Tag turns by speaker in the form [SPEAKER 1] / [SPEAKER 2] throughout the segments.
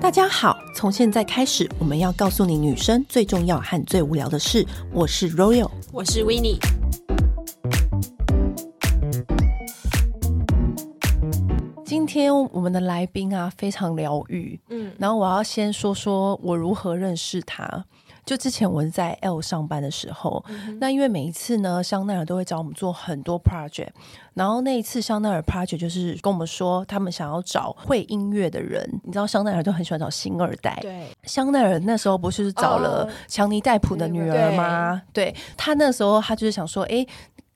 [SPEAKER 1] 大家好，从现在开始，我们要告诉你女生最重要和最无聊的事。我是 Royal，
[SPEAKER 2] 我是 w i n n i e
[SPEAKER 1] 今天我们的来宾啊非常疗愈，
[SPEAKER 2] 嗯，
[SPEAKER 1] 然后我要先说说我如何认识他。就之前我是在 L 上班的时候，那因为每一次呢，香奈儿都会找我们做很多 project，然后那一次香奈儿 project 就是跟我们说，他们想要找会音乐的人，你知道香奈儿都很喜欢找新二代，
[SPEAKER 2] 对，
[SPEAKER 1] 香奈儿那时候不是找了
[SPEAKER 2] 哦
[SPEAKER 1] 强尼戴普的女儿吗？对他那时候，他就是想说，诶，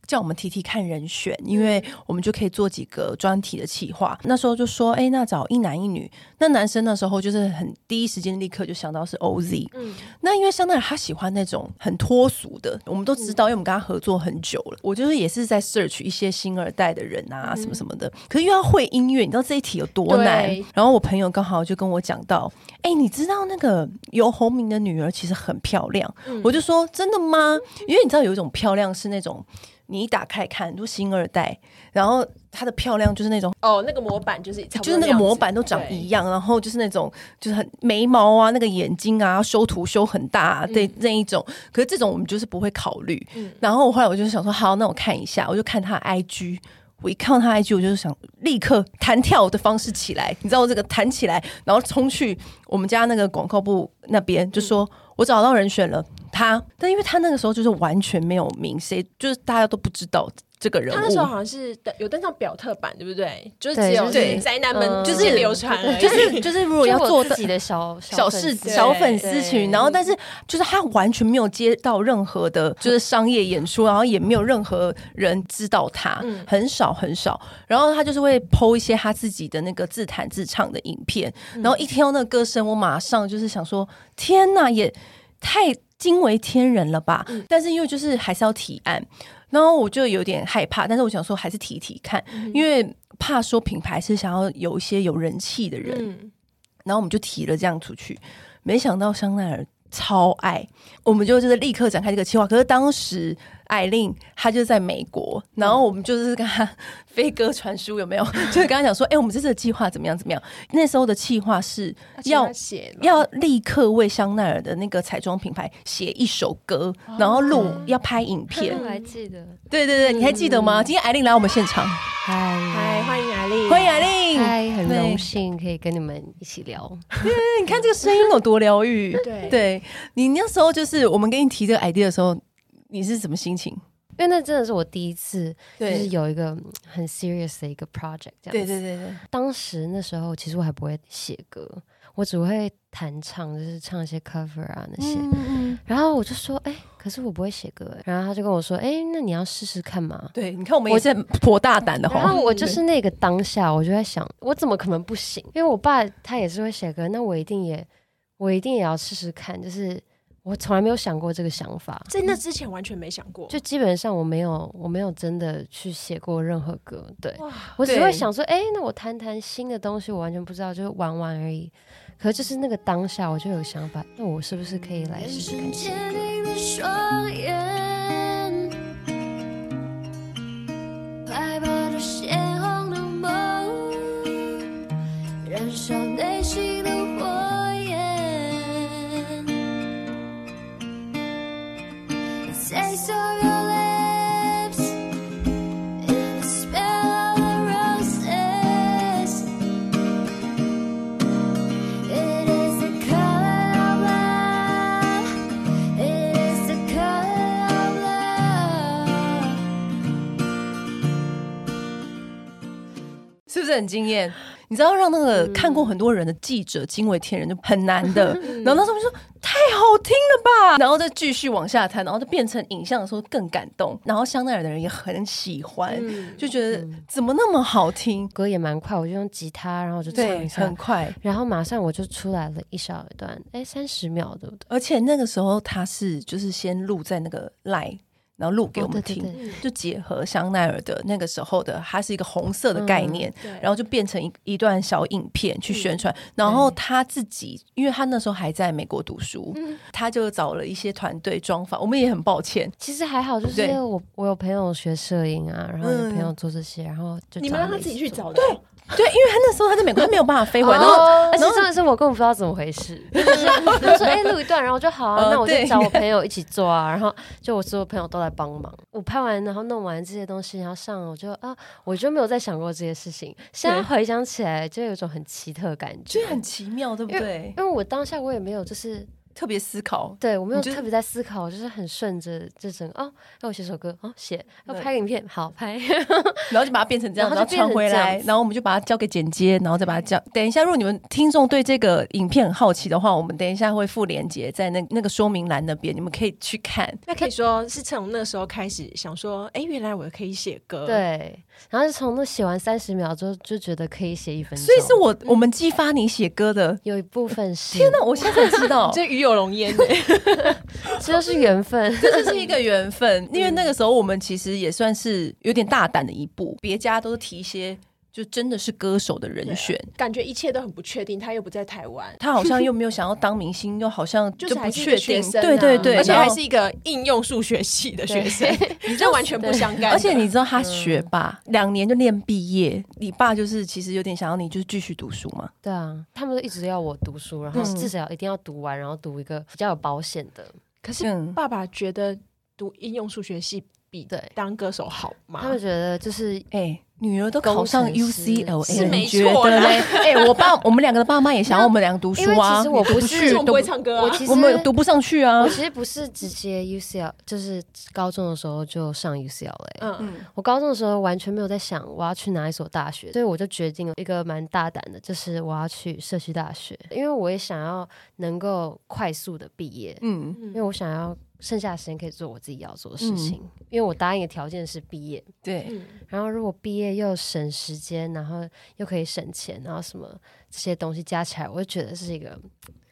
[SPEAKER 1] 叫我们提提看人选，因为我们就可以做几个专题的企划。那时候就说，诶，那找一男一女。那男生那时候就是很第一时间立刻就想到是 OZ。
[SPEAKER 2] 嗯，
[SPEAKER 1] 那因为香奈儿他喜欢那种很脱俗的，我们都知道，因为我们跟他合作很久了。我就是也是在 search 一些新二代的人啊，什么什么的。可是因为他会音乐，你知道这一题有多难
[SPEAKER 2] 对。
[SPEAKER 1] 然后我朋友刚好就跟我讲到，哎、你知道那个游鸿明的女儿其实很漂亮，我就说真的吗？因为你知道有一种漂亮是那种你一打开看，就新二代，然后她的漂亮就是那种。
[SPEAKER 2] 哦，那个模板就是差不多
[SPEAKER 1] 就是那个
[SPEAKER 2] 样子
[SPEAKER 1] 模板都长一样，然后就是那种就是很眉毛啊，那个眼睛啊，修图修很大、啊，对、
[SPEAKER 2] 嗯
[SPEAKER 1] 那一种。可是这种我们就是不会考虑。然后我后来我就想说，好，那我看一下，我就看他 IG。我一看到他 IG，我就是想立刻弹跳的方式起来，你知道我这个弹起来，然后冲去我们家那个广告部那边，
[SPEAKER 2] 嗯
[SPEAKER 1] 就说、我找到人选了他。但因为他那个时候就是完全没有名，谁就是大家都不知道这个人物。
[SPEAKER 2] 对。他那时候好像是登有登上表特版，对不对？就是
[SPEAKER 3] 对
[SPEAKER 2] 只有
[SPEAKER 1] 就是
[SPEAKER 2] 是宅男们
[SPEAKER 3] 嗯
[SPEAKER 2] 就是流传而 已，
[SPEAKER 1] 就是就是， 如果要
[SPEAKER 3] 就我
[SPEAKER 1] 做
[SPEAKER 3] 自
[SPEAKER 1] 的
[SPEAKER 3] 己的 小
[SPEAKER 1] 小
[SPEAKER 3] 粉
[SPEAKER 1] 事
[SPEAKER 3] 丝
[SPEAKER 2] 对
[SPEAKER 1] 小粉丝
[SPEAKER 3] 对
[SPEAKER 1] 群，然后但是就是他完全没有接到任何的，就是商业演出，然后也没有任何人知道他，
[SPEAKER 3] 嗯
[SPEAKER 1] 很少很少。然后他就是会剖一些他自己的那个自弹自唱的影片，
[SPEAKER 3] 嗯
[SPEAKER 1] 然后一听到那个歌声，我马上就是想说，天呐，也太惊为天人了吧！
[SPEAKER 3] 嗯
[SPEAKER 1] 但是因为就是还是要提案，然后我就有点害怕，但是我想说还是提提看，
[SPEAKER 3] 嗯
[SPEAKER 1] 因为怕说品牌是想要有一些有人气的人，
[SPEAKER 2] 嗯，
[SPEAKER 1] 然后我们就提了这样出去，没想到香奈儿超爱，我们就就是立刻展开这个计划。可是当时艾琳她就在美国，然后我们就是跟她 飞鸽传书，有没 有？就是跟她讲说，哎、我们这次的计划怎么样怎么样？那时候的计划是要
[SPEAKER 2] 要。写嘛
[SPEAKER 1] 要立刻为香奈儿的那个彩妆品牌写一首歌，然后录要拍影片。
[SPEAKER 3] 我还记得，
[SPEAKER 1] 对对对，你还记得吗？今天艾琳来我们现场，
[SPEAKER 2] 嗨，
[SPEAKER 3] 嗨
[SPEAKER 2] 欢迎阿丽，
[SPEAKER 1] 欢迎艾琳。
[SPEAKER 3] 嗨，很
[SPEAKER 1] 对
[SPEAKER 3] 荣幸可以跟你们一起聊。
[SPEAKER 1] 哎你看这个声音有多疗愈。
[SPEAKER 2] 对
[SPEAKER 1] 你那时候就是我们跟你提这个 idea 的时候，你是什么心情？
[SPEAKER 3] 因为那真的是我第一次，就
[SPEAKER 1] 对
[SPEAKER 3] 是有一个嗯很 serious 的一个 project 这样。
[SPEAKER 1] 对对，对对，
[SPEAKER 3] 当时那时候其实我还不会写歌，我只会弹唱，就是唱一些 cover 啊那些。
[SPEAKER 1] 嗯嗯，
[SPEAKER 3] 然后我就说，哎、可是我不会写歌、哎然后他就跟我说，哎、那你要试试看嘛。
[SPEAKER 1] 对，你看我们也是颇大胆的
[SPEAKER 3] 然
[SPEAKER 1] 哈。
[SPEAKER 3] 后我就是那个当下，我就在想，我怎么可能不行？因为我爸他也是会写歌，那我一定也，我一定也要试试看。就是我从来没有想过这个想法，
[SPEAKER 1] 哦
[SPEAKER 2] 在那之前完全没想过，
[SPEAKER 3] 就基本上我没有，我没有真的去写过任何歌，对
[SPEAKER 2] 哇
[SPEAKER 3] 我只
[SPEAKER 1] 对
[SPEAKER 3] 会想说，哎、那我谈谈新的东西，我完全不知道，就是玩玩而已。可是就是那个当下，我就有想法，那我是不是可以来试试看写
[SPEAKER 1] 嗯
[SPEAKER 3] 歌？
[SPEAKER 4] 定的双眼，拍破了鲜红的梦，燃烧内心的火焰。The taste of your lips in the smell of the roses. It is the color of love. It is the color of love.
[SPEAKER 1] 是不是很惊艳？你知道让那个看过很多人的记者惊为天人就很难的。 然后那时候我就说太好听了吧，然后再继续往下谈，然后就变成影像的时候更感动。然后香奈儿的人也很喜欢，就觉得怎么那么好听？
[SPEAKER 3] 歌也蛮快，我就用吉他，然后我就唱
[SPEAKER 1] 对，
[SPEAKER 3] 一下
[SPEAKER 1] 很，快。
[SPEAKER 3] 然后马上我就出来了一小段，哎、三十秒，对不对？
[SPEAKER 1] 而且那个时候他是就是先录在那个 Line，然后录给我们
[SPEAKER 3] 哦对
[SPEAKER 1] 听，
[SPEAKER 3] 对对
[SPEAKER 2] 嗯
[SPEAKER 1] 就结合香奈儿的那个时候的，它是一个红色的
[SPEAKER 3] 嗯
[SPEAKER 1] 概念，
[SPEAKER 2] 对
[SPEAKER 1] 然后就变成一一段小影片去宣传。然后他自己，因为他那时候还在美国读书，
[SPEAKER 3] 嗯
[SPEAKER 1] 他就找了一些团队装法。我们也很抱歉，
[SPEAKER 3] 其实还好，就是
[SPEAKER 1] 对嗯
[SPEAKER 3] 我我有朋友学摄影啊，然后有朋友做这些，然后就
[SPEAKER 2] 你
[SPEAKER 3] 找
[SPEAKER 2] 们让他
[SPEAKER 3] 一
[SPEAKER 2] 自己
[SPEAKER 3] 起
[SPEAKER 2] 去
[SPEAKER 3] 做。
[SPEAKER 2] 找的，对，
[SPEAKER 1] 对，因为他那时候他在美国，他没有办法飞回来，然后
[SPEAKER 3] 哦，而且真的是我根本不知道怎么回事， 就是他说哎录一段，然后我就好啊，
[SPEAKER 1] 哦
[SPEAKER 3] 那我就
[SPEAKER 1] 对
[SPEAKER 3] 找我朋友一起做啊，然后就我所有朋友都来帮忙，我拍完然后弄完这些东西，然后上了我就啊，我就没有再想过这些事情，现在
[SPEAKER 1] 对
[SPEAKER 3] 回想起来就有一种很奇特的感觉
[SPEAKER 1] 就，很奇妙，对不啊对？
[SPEAKER 3] 因为我当下我也没有就是
[SPEAKER 1] 特别思考，
[SPEAKER 3] 对我没有
[SPEAKER 1] 你就是
[SPEAKER 3] 特别在思考，我就是很顺着这整个哦，要我写首歌哦写，要
[SPEAKER 1] 对
[SPEAKER 3] 拍个影片好 拍，
[SPEAKER 1] 然后就把它变成这样，
[SPEAKER 3] 然
[SPEAKER 1] 然
[SPEAKER 3] 后
[SPEAKER 1] 后
[SPEAKER 3] 就变
[SPEAKER 1] 传
[SPEAKER 3] 成
[SPEAKER 1] 回
[SPEAKER 3] 这样
[SPEAKER 1] 来，
[SPEAKER 3] 子
[SPEAKER 1] 然后我们就把它交给剪接，然后再把它交。等一下，如果你们听众对这个影片很好奇的话，我们等一下会附链接在那那个说明栏那边，你们可以去看。
[SPEAKER 2] 那可以说是从那时候开始想说，哎，原来我可以写歌，，
[SPEAKER 3] 对，然后就从那写完三十秒之后就觉得可以写一分钟，
[SPEAKER 1] 所以是我我们激发你写歌的。
[SPEAKER 3] 有一部分是，
[SPEAKER 1] 天哪，我现在才知道，
[SPEAKER 2] 这鱼有龙焉欸
[SPEAKER 3] 这就是缘分。
[SPEAKER 1] 这就是一个缘分。因为那个时候我们其实也算是有点大胆的一步， 别家都提一些就真的是歌手的人选。
[SPEAKER 2] 感觉一切都很不确定，他又不在台湾。
[SPEAKER 1] 他好像又没有想要当明星，又好像就
[SPEAKER 2] 就
[SPEAKER 1] 是不
[SPEAKER 2] 还是一
[SPEAKER 1] 确
[SPEAKER 2] 个学
[SPEAKER 1] 定，
[SPEAKER 2] 生、啊，
[SPEAKER 1] 对对对，
[SPEAKER 2] 而且
[SPEAKER 1] 然
[SPEAKER 2] 还
[SPEAKER 1] 后
[SPEAKER 2] 是一个应用数学系的学生， 你这完全不相干的。
[SPEAKER 1] 而且你知道他学霸，两、年就练毕业。你爸就是其实有点想要你就是继续读书嘛，
[SPEAKER 3] 对啊，他们都一直要我读书，然后
[SPEAKER 1] 嗯
[SPEAKER 3] 至少一定要读完，然后读一个比较有保险的。
[SPEAKER 2] 可是
[SPEAKER 1] 嗯，
[SPEAKER 2] 爸爸觉得读应用数学系比
[SPEAKER 3] 对
[SPEAKER 2] 当歌手好
[SPEAKER 3] 他
[SPEAKER 2] 吗
[SPEAKER 3] 们？觉得就是
[SPEAKER 1] 哎、女儿都考上
[SPEAKER 3] 工程师
[SPEAKER 1] UCLA，
[SPEAKER 3] 是
[SPEAKER 2] 没
[SPEAKER 1] 你觉
[SPEAKER 2] 错
[SPEAKER 1] 得
[SPEAKER 2] 啦
[SPEAKER 1] 嘞？哎、我爸我们两个的爸妈也想要我们俩读
[SPEAKER 3] 因
[SPEAKER 1] 书
[SPEAKER 3] 为
[SPEAKER 1] 啊，
[SPEAKER 3] 其实我不
[SPEAKER 2] 可
[SPEAKER 3] 是
[SPEAKER 2] 是我，不会唱歌
[SPEAKER 3] 我
[SPEAKER 2] 啊，
[SPEAKER 3] 其实
[SPEAKER 1] 我们读不上去啊
[SPEAKER 3] 我。其实不是直接 UCL，就是高中的时候就上 UCLA。
[SPEAKER 2] 嗯，
[SPEAKER 1] 嗯，
[SPEAKER 3] 我高中的时候完全没有在想我要去哪一所大学，所以我就决定了一个蛮大胆的，就是我要去社区大学，因为我也想要能够快速的毕业，
[SPEAKER 1] 嗯，
[SPEAKER 3] 因为我想要剩下的时间可以做我自己要做的事情。因为我答应的条件是毕业，
[SPEAKER 1] 对，
[SPEAKER 2] 嗯
[SPEAKER 3] 然后如果毕业又省时间，然后又可以省钱，然后什么这些东西加起来，我就觉得是一个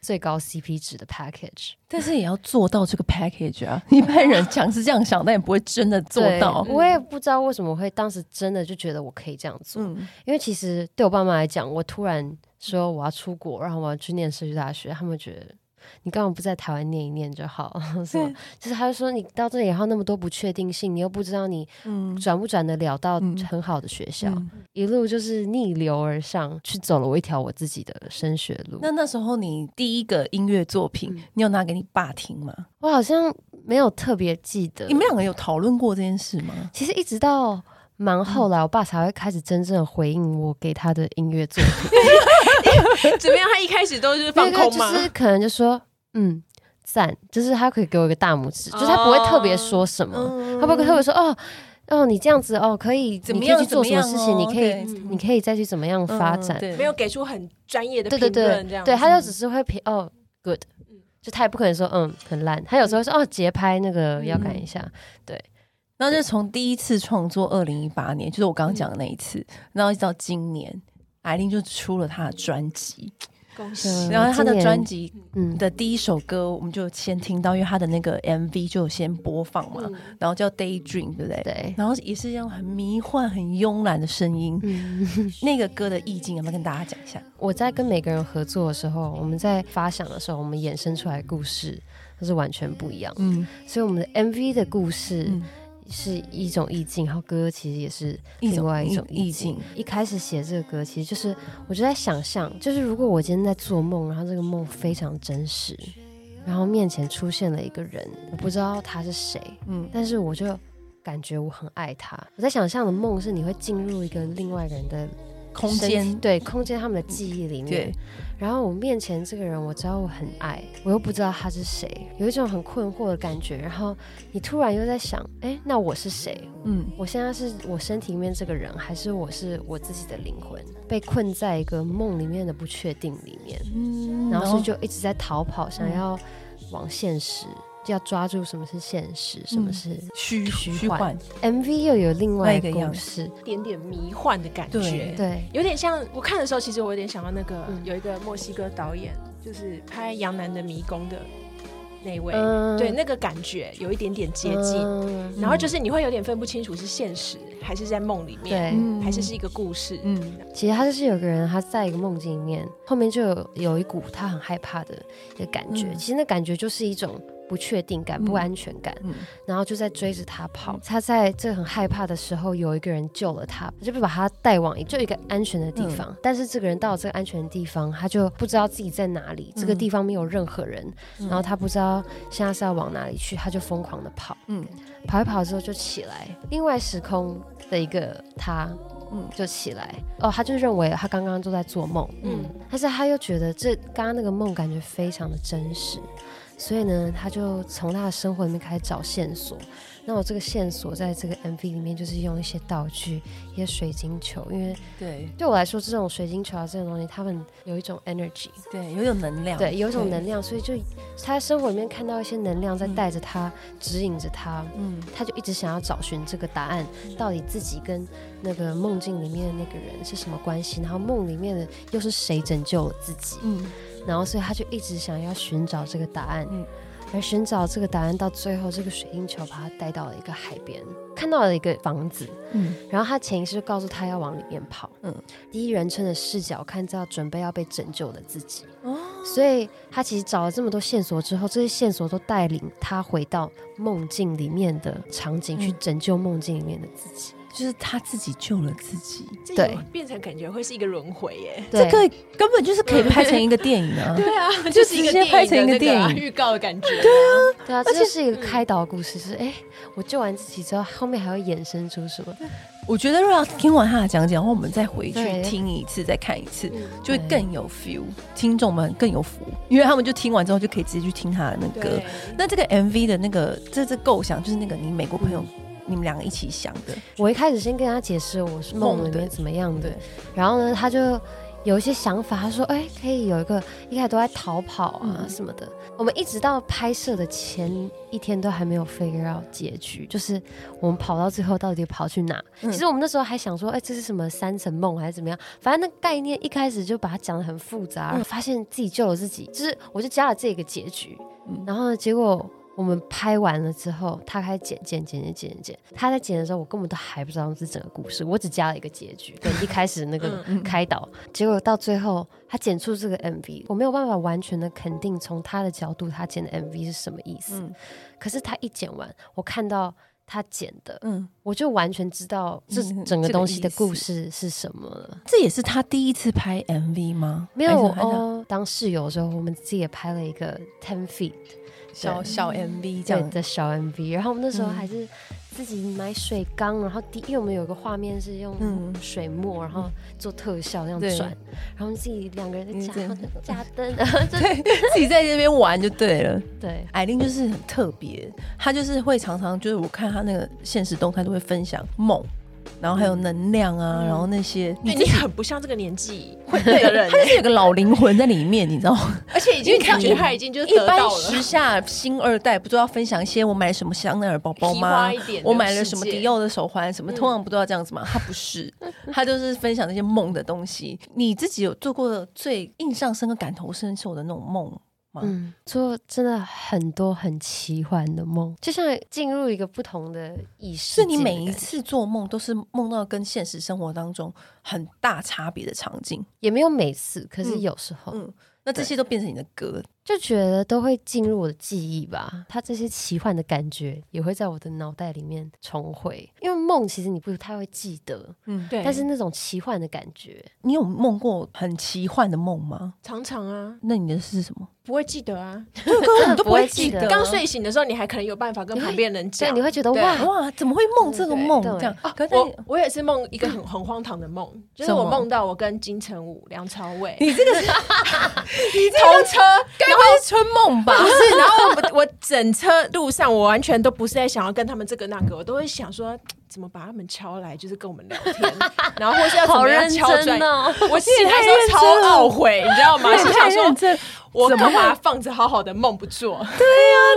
[SPEAKER 3] 最高 CP 值的 package。
[SPEAKER 1] 但是也要做到这个 package 啊。 一般人想是这样想，但也不会真的做到
[SPEAKER 3] 对。我也不知道为什么会当时真的就觉得我可以这样做，
[SPEAKER 1] 嗯，
[SPEAKER 3] 因为其实对我爸妈来讲，我突然说我要出国，然后我要去念社区大学，他们觉得。你干嘛不在台湾念一念就好？ 什
[SPEAKER 1] 嗯
[SPEAKER 3] 么？就是他就说你到这里以后那么多不确定性，你又不知道你转不转得了到
[SPEAKER 1] 嗯
[SPEAKER 3] 很好的学校，
[SPEAKER 1] 嗯
[SPEAKER 3] 一路就是逆流而上，去走了我一条我自己的升学路。
[SPEAKER 1] 那那时候你第一个音乐作品，你有拿给你爸听吗？
[SPEAKER 3] 我好像没有特别记得
[SPEAKER 1] 你，们两个有讨论过这件事吗？
[SPEAKER 3] 其实一直到蛮后
[SPEAKER 1] 嗯
[SPEAKER 3] 来，我爸才会开始真正的回应我给他的音乐作品，
[SPEAKER 2] 怎么样？他一开始都是
[SPEAKER 3] 因为
[SPEAKER 2] 放
[SPEAKER 3] 他
[SPEAKER 2] 空
[SPEAKER 3] 就
[SPEAKER 2] 吗？
[SPEAKER 3] 是可能就说嗯。赞，就是他可以给我一个大拇指，就是他不会特别说什么，
[SPEAKER 1] 嗯
[SPEAKER 3] 他不会特别说哦哦，你这样子哦，可以，
[SPEAKER 1] 怎么
[SPEAKER 3] 你可以
[SPEAKER 1] 样？
[SPEAKER 3] 去做
[SPEAKER 1] 怎
[SPEAKER 3] 什么
[SPEAKER 1] 样
[SPEAKER 3] 事情，
[SPEAKER 1] 哦
[SPEAKER 3] 你可以
[SPEAKER 1] 对，
[SPEAKER 2] 嗯
[SPEAKER 3] 你可以再去怎么样发展，
[SPEAKER 1] 嗯对
[SPEAKER 2] 没有给出很专业的
[SPEAKER 3] 对
[SPEAKER 2] 评
[SPEAKER 3] 对
[SPEAKER 2] 论，
[SPEAKER 3] 对
[SPEAKER 2] 这样，
[SPEAKER 3] 对，
[SPEAKER 2] 子
[SPEAKER 3] 他就只是会评哦 good，
[SPEAKER 2] 嗯
[SPEAKER 3] 就他也不可能说嗯很烂，他有时候会说哦节拍那个要改
[SPEAKER 1] 嗯
[SPEAKER 3] 一下，
[SPEAKER 1] 然后就从第一次创作，二零一八年，就是我刚刚讲的那一次，然后一直到今年，艾琳就出了她的专辑，
[SPEAKER 2] 恭喜。
[SPEAKER 3] 嗯
[SPEAKER 1] 然后她
[SPEAKER 3] 今
[SPEAKER 1] 的
[SPEAKER 3] 年
[SPEAKER 1] 专辑
[SPEAKER 3] 嗯，
[SPEAKER 1] 的第一首歌，我们就先听到，因为她的那个 MV 就有先播放嘛，
[SPEAKER 2] 嗯
[SPEAKER 1] 然后叫 Daydream，对不对？
[SPEAKER 3] 对，
[SPEAKER 1] 然后也是一样很迷幻、很慵懒的声音。
[SPEAKER 3] 嗯
[SPEAKER 1] 那个歌的意境，有没有跟大家讲一下？
[SPEAKER 3] 我在跟每个人合作的时候，我们在发想的时候，我们衍生出来的故事都是完全不一样。
[SPEAKER 1] 嗯，
[SPEAKER 3] 所以我们的 MV 的故事
[SPEAKER 1] 嗯
[SPEAKER 3] 是一种意境，然后歌其实也是
[SPEAKER 1] 一
[SPEAKER 3] 另外一种
[SPEAKER 1] 意
[SPEAKER 3] 意境。一开始写这个歌，其实就是我就在想象，就是如果我今天在做梦，然后这个梦非常真实，然后面前出现了一个人，我不知道他是谁，
[SPEAKER 1] 嗯
[SPEAKER 3] 但是我就感觉我很爱他。我在想象的梦是你会进入一个另外一个人的
[SPEAKER 1] 空
[SPEAKER 3] 身体
[SPEAKER 1] 间，
[SPEAKER 3] 对空间他们的记忆里面
[SPEAKER 1] 对。，
[SPEAKER 3] 然后我面前这个人，我知道我很爱，我又不知道他是谁，有一种很困惑的感觉。然后你突然又在想，哎，那我是谁？
[SPEAKER 1] 嗯，
[SPEAKER 3] 我现在是我身体里面这个人，还是我是我自己的灵魂？被困在一个梦里面的不确定里面，嗯
[SPEAKER 1] 嗯
[SPEAKER 3] 然后所以就一直在逃跑，想要往现实，就要抓住什么是现实，什么
[SPEAKER 1] 嗯
[SPEAKER 3] 是
[SPEAKER 1] 虚
[SPEAKER 3] 虚
[SPEAKER 1] 虚
[SPEAKER 3] 幻
[SPEAKER 1] 幻，
[SPEAKER 3] MV 又有另外
[SPEAKER 1] 那
[SPEAKER 3] 一
[SPEAKER 1] 一
[SPEAKER 3] 个
[SPEAKER 1] 个
[SPEAKER 3] 故
[SPEAKER 1] 样
[SPEAKER 3] 事，
[SPEAKER 2] 一点点迷幻的感觉
[SPEAKER 1] 对，
[SPEAKER 3] 对。
[SPEAKER 2] 有点像我看的时候，其实我有点想到那个、
[SPEAKER 3] 嗯
[SPEAKER 2] 有一个墨西哥导演，就是拍《杨澜的迷宫》的，那位，
[SPEAKER 3] 嗯
[SPEAKER 2] 对那个感觉有一点点接近。
[SPEAKER 3] 嗯
[SPEAKER 2] 然后就是你会有点分不清楚是现实还是在梦里面，
[SPEAKER 3] 对
[SPEAKER 1] 嗯
[SPEAKER 2] 还是是一个故事。
[SPEAKER 1] 嗯
[SPEAKER 3] 其实他就是有个人，他在一个梦境里面，后面就有有一股他很害怕的一个感觉。
[SPEAKER 1] 嗯
[SPEAKER 3] 其实那感觉就是一种不确定感、
[SPEAKER 1] 嗯
[SPEAKER 3] 不安全感，
[SPEAKER 1] 嗯
[SPEAKER 3] 然后就在追着他跑
[SPEAKER 1] 嗯。
[SPEAKER 3] 他在这很害怕的时候，有一个人救了他，就把他带往一就一个安全的地方。
[SPEAKER 1] 嗯
[SPEAKER 3] 但是这个人到了这个安全的地方，他就不知道自己在哪里，这个
[SPEAKER 1] 嗯
[SPEAKER 3] 地方没有任何人，
[SPEAKER 1] 嗯
[SPEAKER 3] 然后他不知道现在是要往哪里去，他就疯狂的跑。
[SPEAKER 1] 嗯
[SPEAKER 3] 跑一跑之后就起来，另外时空的一个他，
[SPEAKER 1] 嗯
[SPEAKER 3] 嗯，就起来。哦，他就认为他刚刚都在做梦，
[SPEAKER 2] 嗯
[SPEAKER 3] 但是他又觉得这刚刚那个梦感觉非常的真实，所以呢，他就从他的生活里面开始找线索。那我这个线索在这个 MV 里面就是用一些道具，一些水晶球，因为
[SPEAKER 1] 对
[SPEAKER 3] 对我来说，这种水晶球啊这种东西，他们有一种 energy，
[SPEAKER 1] 对，有有能量，
[SPEAKER 3] 对，有一种
[SPEAKER 1] 对
[SPEAKER 3] 能量，所以就他生活里面看到一些能量在带着他，指引着他，
[SPEAKER 1] 嗯
[SPEAKER 3] 他就一直想要找寻这个答案，到底自己跟那个梦境里面的那个人是什么关系，然后梦里面的又是谁拯救了自己，
[SPEAKER 1] 嗯
[SPEAKER 3] 然后所以他就一直想要寻找这个答案，
[SPEAKER 1] 嗯
[SPEAKER 3] 而寻找这个答案到最后，这个水晶球把他带到了一个海边，看到了一个房子，
[SPEAKER 1] 嗯
[SPEAKER 3] 然后他潜意识就告诉他要往里面跑，
[SPEAKER 1] 嗯
[SPEAKER 3] 嗯，第一人称的视角看到准备要被拯救的自己，
[SPEAKER 1] 哦
[SPEAKER 3] 所以他其实找了这么多线索之后，这些线索都带领他回到梦境里面的场景、去
[SPEAKER 1] 嗯
[SPEAKER 3] 拯救梦境里面的自己。
[SPEAKER 1] 就是他自己救了自己，
[SPEAKER 2] 这
[SPEAKER 3] 对
[SPEAKER 2] 有变成感觉会是一个轮回耶。
[SPEAKER 1] 这
[SPEAKER 3] 对，
[SPEAKER 1] 个根本就是可以拍成一个电影 啊！
[SPEAKER 2] 对 啊，
[SPEAKER 1] 就
[SPEAKER 2] 就是一个
[SPEAKER 1] 直接拍成一个
[SPEAKER 2] 那啊
[SPEAKER 1] 电影
[SPEAKER 2] 预告的感觉。对啊，
[SPEAKER 3] 对啊，这就是
[SPEAKER 1] 嗯
[SPEAKER 3] 一个开导故事，就是哎、我救完自己之后，后面还会衍生出什么？
[SPEAKER 1] 我觉得如果要听完他的讲解，然后我们再回去
[SPEAKER 3] 对
[SPEAKER 1] 听一次，再看一次，
[SPEAKER 2] 嗯
[SPEAKER 1] 就会更有 feel，听众们更有福，因为他们就听完之后就可以直接去听他的那歌
[SPEAKER 2] 对。，
[SPEAKER 1] 那这个 MV 的那个这这构想，就是那个你美国朋友、你们两个一起想的，
[SPEAKER 3] 我一开始先跟他解释我是梦里
[SPEAKER 1] 梦的
[SPEAKER 3] 面怎么样的
[SPEAKER 1] 对，嗯
[SPEAKER 3] 然后呢，他就有一些想法，他说：“哎、可以有一个一开始都在逃跑啊
[SPEAKER 1] 嗯
[SPEAKER 3] 什么的。我们一直到拍摄的前一天都还没有 figure out 结局，就是我们跑到最后到底跑去哪？
[SPEAKER 1] 嗯
[SPEAKER 3] 其实我们那时候还想说，哎、这是什么三层梦还是怎么样？反正那概念一开始就把它讲的很复杂，然后发现自己救了自己，就是我就加了这个结局，
[SPEAKER 1] 嗯
[SPEAKER 3] 然后呢，结果。我们拍完了之后，他开始剪剪剪剪剪剪。他在剪的时候，我根本都还不知道是整个故事，我只加了一个结局，跟一开始那
[SPEAKER 1] 嗯
[SPEAKER 3] 个开导。结果到最后，他剪出这个 MV，我没有办法完全的肯定从他的角度他剪的 MV 是什么意思。
[SPEAKER 1] 嗯
[SPEAKER 3] 可是他一剪完，我看到他剪的，
[SPEAKER 1] 嗯，
[SPEAKER 3] 我就完全知道这
[SPEAKER 1] 嗯
[SPEAKER 3] 整个
[SPEAKER 1] 这个
[SPEAKER 3] 东西的
[SPEAKER 1] 意思
[SPEAKER 3] 故事是什么了。
[SPEAKER 1] 这也是他第一次拍 MV 吗？
[SPEAKER 3] 没有
[SPEAKER 1] 还是还是
[SPEAKER 3] 哦，当室友的时候，我们自己也拍了一个 Ten Feet
[SPEAKER 1] 小小 MV 这
[SPEAKER 3] 对
[SPEAKER 1] 样
[SPEAKER 3] 的小 MV，然后我们那时候
[SPEAKER 1] 嗯
[SPEAKER 3] 还是自己买水缸，然后第因为我们有一个画面是用
[SPEAKER 1] 嗯
[SPEAKER 3] 水墨，然后做特效这样
[SPEAKER 1] 对
[SPEAKER 3] 转，然后我们自己两个人
[SPEAKER 1] 嗯
[SPEAKER 3] 在
[SPEAKER 1] 对
[SPEAKER 3] 加加 灯，然后就
[SPEAKER 1] 自己在那边玩就对了。
[SPEAKER 3] 对
[SPEAKER 1] 艾琳就是很特别，她就是会常常就是我看她那个现实动态都会分享梦，然后还有能量啊，然后那些
[SPEAKER 2] 对你很不像这个年 纪会
[SPEAKER 1] 对
[SPEAKER 2] 的人
[SPEAKER 1] 她，就是有个老灵魂在里面，你知道吗？
[SPEAKER 2] 而且已
[SPEAKER 1] 因
[SPEAKER 2] 经
[SPEAKER 1] 为
[SPEAKER 2] 感觉
[SPEAKER 1] 你
[SPEAKER 2] 他已经就是
[SPEAKER 1] 一
[SPEAKER 2] 得
[SPEAKER 1] 般
[SPEAKER 2] 到 了。
[SPEAKER 1] 时下新二代不都要分享一些我买了什么香奈儿包包吗
[SPEAKER 2] 提花一点？的
[SPEAKER 1] 我买了什么
[SPEAKER 2] 世界嗯
[SPEAKER 1] 迪奥的手环什么？通常不都要这样子吗？他不是，他就是分享那些梦的东西。你自己有做过最印象深刻、感同身受的那种梦吗？
[SPEAKER 3] 嗯，做真的很多很奇幻的梦，就像进入一个不同的意
[SPEAKER 1] 是
[SPEAKER 3] 识界的感觉。
[SPEAKER 1] 你每一次做梦都是梦到跟现实生活当中很大差别的场景，
[SPEAKER 3] 也没有每次，可是
[SPEAKER 1] 嗯
[SPEAKER 3] 有时候、
[SPEAKER 1] 嗯那这些都变成你的歌。
[SPEAKER 3] 就觉得都会进入我的记忆吧，它这些奇幻的感觉也会在我的脑袋里面重回。因为梦其实你不太会记得，
[SPEAKER 1] 嗯，
[SPEAKER 2] 对，
[SPEAKER 3] 但是那种奇幻的感觉，
[SPEAKER 1] 你有梦过很奇幻的梦吗？
[SPEAKER 2] 常常啊，
[SPEAKER 1] 那你的是 什么？
[SPEAKER 2] 不会记得啊。
[SPEAKER 1] 对，根本都不会
[SPEAKER 3] 记
[SPEAKER 1] 记
[SPEAKER 3] 得
[SPEAKER 1] 得。
[SPEAKER 2] 刚睡醒的时候，你还可能有办法跟
[SPEAKER 3] 你会
[SPEAKER 2] 旁边人
[SPEAKER 3] 所以
[SPEAKER 2] 讲。
[SPEAKER 3] 你会觉得
[SPEAKER 2] 对
[SPEAKER 3] 哇，
[SPEAKER 1] 哇，怎么会梦这个梦
[SPEAKER 3] 对对哦
[SPEAKER 1] 这样？可是
[SPEAKER 2] 我我也是梦一个
[SPEAKER 3] 嗯
[SPEAKER 2] 很很荒唐的梦，就是我
[SPEAKER 1] 什么
[SPEAKER 2] 梦到我跟金城武、梁朝伟
[SPEAKER 1] 你这个是你这
[SPEAKER 2] 同车，
[SPEAKER 1] 该不会是春梦吧？
[SPEAKER 2] 不是， 然后我我整车路上我完全都不是在想要跟他们这个那个，我都会想说怎么把他们敲来，就是跟我们聊 天，然后或是要怎
[SPEAKER 3] 好
[SPEAKER 2] 么样
[SPEAKER 3] 认
[SPEAKER 2] 敲
[SPEAKER 3] 真
[SPEAKER 2] 转。
[SPEAKER 3] 哦，
[SPEAKER 2] 我心里那时候超懊悔，你知道 吗？心想说，
[SPEAKER 1] 这
[SPEAKER 2] 我
[SPEAKER 1] 怎么
[SPEAKER 2] 干嘛放着好好的梦不做？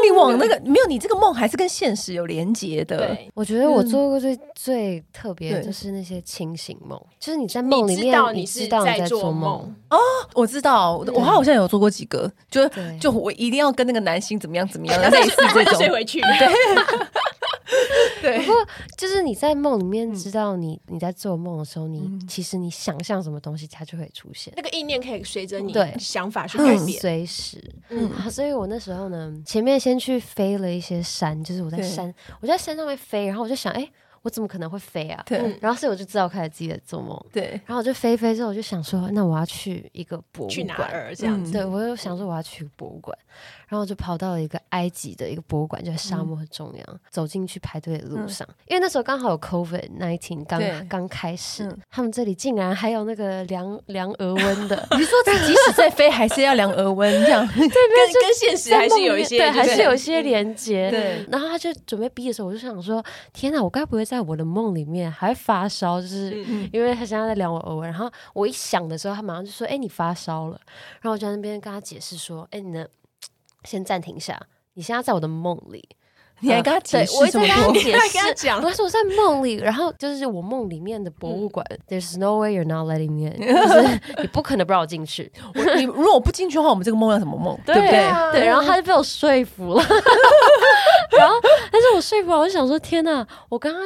[SPEAKER 1] 你往那个没有，你这个梦还是跟现实有连结的。
[SPEAKER 2] 对，
[SPEAKER 3] 我觉得我做过最、最特别的
[SPEAKER 1] 对
[SPEAKER 3] 就是那些清醒梦，就是你在梦
[SPEAKER 2] 你
[SPEAKER 3] 里
[SPEAKER 2] 知
[SPEAKER 3] 面
[SPEAKER 2] 道
[SPEAKER 3] 你
[SPEAKER 2] 是
[SPEAKER 3] 知道你
[SPEAKER 2] 在
[SPEAKER 3] 做
[SPEAKER 2] 做梦，，
[SPEAKER 1] 我知道，我好像有做过几个，就
[SPEAKER 3] 对
[SPEAKER 1] 就我一定要跟那个男星怎么 样怎么样，类似这
[SPEAKER 2] 睡
[SPEAKER 1] 种。
[SPEAKER 2] 回去。
[SPEAKER 1] 对，
[SPEAKER 3] 就是你在梦里
[SPEAKER 2] 嗯
[SPEAKER 3] 面知道你、你在做梦的时候，你、其实你想象什么东西，它就会出现。
[SPEAKER 2] 那个意念可以随着你
[SPEAKER 3] 对
[SPEAKER 2] 想法去改
[SPEAKER 3] 很
[SPEAKER 2] 变。
[SPEAKER 3] 随时，
[SPEAKER 2] 嗯
[SPEAKER 3] 嗯，所以我那时候呢，前面先去飞了一些山，就是我在
[SPEAKER 1] 对
[SPEAKER 3] 山，我在山上面飞，然后我就想，哎、我怎么可能会飞啊？
[SPEAKER 1] 对，
[SPEAKER 3] 然后所以我就知道开始自己在做梦，
[SPEAKER 1] 对，
[SPEAKER 3] 然后我就飞飞之后，我就想说，那我要去一个博物
[SPEAKER 2] 去哪
[SPEAKER 3] 馆，
[SPEAKER 2] 儿这样子？
[SPEAKER 1] 嗯
[SPEAKER 3] 对，我又想说我要去博物馆，然后我就跑到了一个埃及的一个博物馆，就在沙
[SPEAKER 1] 嗯
[SPEAKER 3] 漠的中央，走进去排队的路上，因为那时候刚好有 COVID nineteen
[SPEAKER 1] 对
[SPEAKER 3] 刚刚开始，
[SPEAKER 1] 嗯
[SPEAKER 3] 他们这里竟然还有那个量量额 温的，
[SPEAKER 1] 你说即使在飞，还是要量额温这 样。
[SPEAKER 2] 跟跟现实还
[SPEAKER 3] 在
[SPEAKER 2] 是
[SPEAKER 3] 梦里
[SPEAKER 2] 有一
[SPEAKER 3] 面
[SPEAKER 2] 些，
[SPEAKER 3] 对，还
[SPEAKER 2] 就是
[SPEAKER 3] 有一些连接。
[SPEAKER 1] 对
[SPEAKER 3] 然后他就准备逼的时候，我就想说：天哪，我该不会在我的梦里面还发烧？
[SPEAKER 1] 嗯
[SPEAKER 3] 就是因为他现在在量我耳温，然后我一想的时候，他马上就说：“哎、你发烧了。”然后我就在那边跟他解释说：“哎、你呢？先暂停一下，你现在在我的梦里。”嗯
[SPEAKER 1] 你还跟他解
[SPEAKER 3] 对
[SPEAKER 1] 释
[SPEAKER 3] 我一直
[SPEAKER 1] 这么
[SPEAKER 3] 跟他
[SPEAKER 1] 多？
[SPEAKER 3] 解
[SPEAKER 2] 你还跟他
[SPEAKER 3] 释，
[SPEAKER 2] 讲
[SPEAKER 3] 我说我在梦里，然后就是我梦里面的博
[SPEAKER 1] 嗯
[SPEAKER 3] 物馆、t h e r e s no way you're not letting me in，就是你不可能不让我进去。
[SPEAKER 1] 我 你如果我不进去的话，我们这个梦要怎么梦？对不对？
[SPEAKER 2] 啊
[SPEAKER 3] 对，然后他就被我说服了， 然后但是我说服了，我就想说天呐，我刚刚。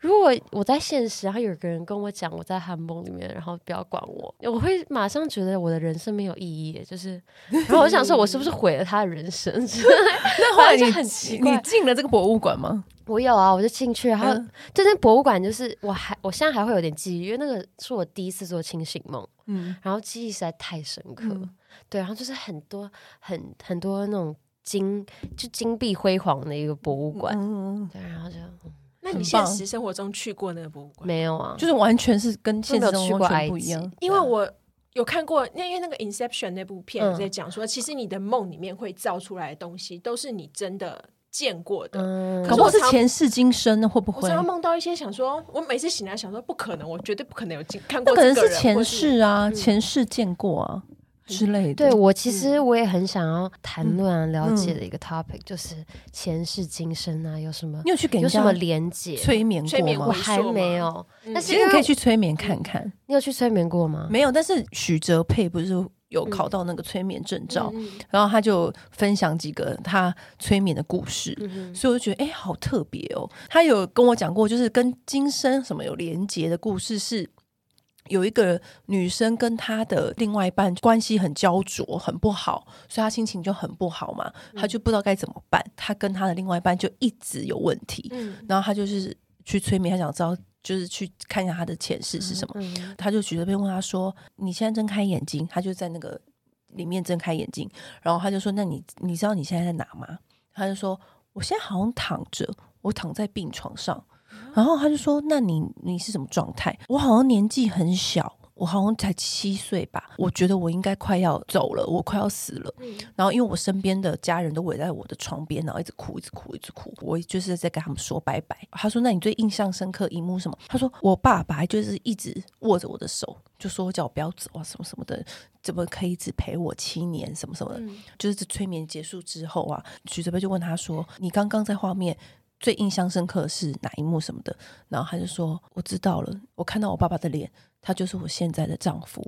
[SPEAKER 3] 如果我在现实，然后有个人跟我讲我在韩梦里面，然后不要管我，我会马上觉得我的人生没有意义，就是， 然后我想说，我是不是毁了他的人生？
[SPEAKER 1] 那后来
[SPEAKER 3] 反正
[SPEAKER 1] 你
[SPEAKER 3] 就很奇怪
[SPEAKER 1] 你进了这个博物馆吗？
[SPEAKER 3] 我有啊，我就进去，然后
[SPEAKER 1] 嗯
[SPEAKER 3] 就那博物馆，就是我还我现在还会有点记忆，因为那个是我第一次做清醒梦，
[SPEAKER 1] 嗯
[SPEAKER 3] 嗯，然后记忆实在太深刻，对，然后就是很多很很多那种金就金碧辉煌的一个博物馆，
[SPEAKER 1] 嗯，
[SPEAKER 3] 对，然后就
[SPEAKER 2] 那你
[SPEAKER 1] 很
[SPEAKER 2] 现
[SPEAKER 1] 棒
[SPEAKER 2] 实生活中去过那个博物馆？
[SPEAKER 3] 没有啊，
[SPEAKER 1] 就是完全是跟现实
[SPEAKER 3] 都没
[SPEAKER 1] 中
[SPEAKER 3] 有去过
[SPEAKER 1] 完全
[SPEAKER 3] 埃
[SPEAKER 1] 不一
[SPEAKER 3] 及
[SPEAKER 1] 样。
[SPEAKER 2] 因为我有看过，那因为那个《Inception》那部片
[SPEAKER 3] 嗯
[SPEAKER 2] 有在讲说，其实你的梦里面会造出来的东西，都是你真的见过的。
[SPEAKER 3] 嗯
[SPEAKER 1] 搞
[SPEAKER 2] 可是
[SPEAKER 1] 不好
[SPEAKER 2] 我
[SPEAKER 1] 是
[SPEAKER 2] 常
[SPEAKER 1] 前世今生，会不
[SPEAKER 2] 我
[SPEAKER 1] 会
[SPEAKER 2] 常？常梦到一些想说，我每次醒来想说，不可能，我绝对不可能有见看
[SPEAKER 1] 那
[SPEAKER 2] 过
[SPEAKER 1] 可
[SPEAKER 2] 这
[SPEAKER 1] 能
[SPEAKER 2] 个人，
[SPEAKER 1] 是前
[SPEAKER 2] 或
[SPEAKER 1] 世啊，
[SPEAKER 2] 嗯
[SPEAKER 1] 前世见过啊之类的。
[SPEAKER 3] 嗯对我其实我也很想要谈论啊、了解
[SPEAKER 1] 嗯
[SPEAKER 3] 的一个 topic，就是前世今生啊，有什么
[SPEAKER 1] 你有去给
[SPEAKER 3] 有
[SPEAKER 1] 人
[SPEAKER 3] 什
[SPEAKER 1] 家
[SPEAKER 3] 么连结？
[SPEAKER 1] 催眠
[SPEAKER 2] 催眠
[SPEAKER 1] 过
[SPEAKER 3] 我
[SPEAKER 1] 吗
[SPEAKER 2] 过？
[SPEAKER 3] 还没有，
[SPEAKER 2] 嗯
[SPEAKER 3] 但是
[SPEAKER 1] 其实
[SPEAKER 3] 因
[SPEAKER 1] 你可
[SPEAKER 3] 为
[SPEAKER 1] 以去催眠看看。
[SPEAKER 3] 你有去催眠过吗？
[SPEAKER 1] 没有，但是许哲佩不是有考到那个催眠证照，然后他就分享几个他催眠的故事。所以我就觉得，哎、好特别哦！他有跟我讲过，就是跟今生什么有连结的故事是，有一个女生跟她的另外一半关系很焦灼，很不好，所以她心情就很不好嘛，她就不知道该怎么办。她跟她的另外一半就一直有问题，
[SPEAKER 2] 嗯
[SPEAKER 1] 然后她就是去催眠，她想知道，就是去看一下她的前世是什么。
[SPEAKER 3] 嗯
[SPEAKER 1] 他就举着杯问他说：“你现在睁开眼睛？”他就在那个里面睁开眼睛，然后他就说：“那你你知道你现在在哪吗？”他就说：“我现在好像躺着，我躺在病床上。”然后他就说：“那你你是什么状态？我好像年纪很小。”我好像才七岁吧，我觉得我应该快要走了，我快要死了。然后因为我身边的家人都围在我的床边，然后一直哭，一直哭，一直哭。我就是在跟他们说拜拜。他说：“那你最印象深刻一幕是什么？”他说：“我爸爸就是一直握着我的手，就说叫我不要走啊，什么什么的，怎么可以只陪我七年，什么什么的。就是催眠结束之后啊，许哲佩就问他说：“你刚刚在画面最印象深刻的是哪一幕什么的？”然后他就说：“我知道了，我看到我爸爸的脸，他就是我现在的丈夫。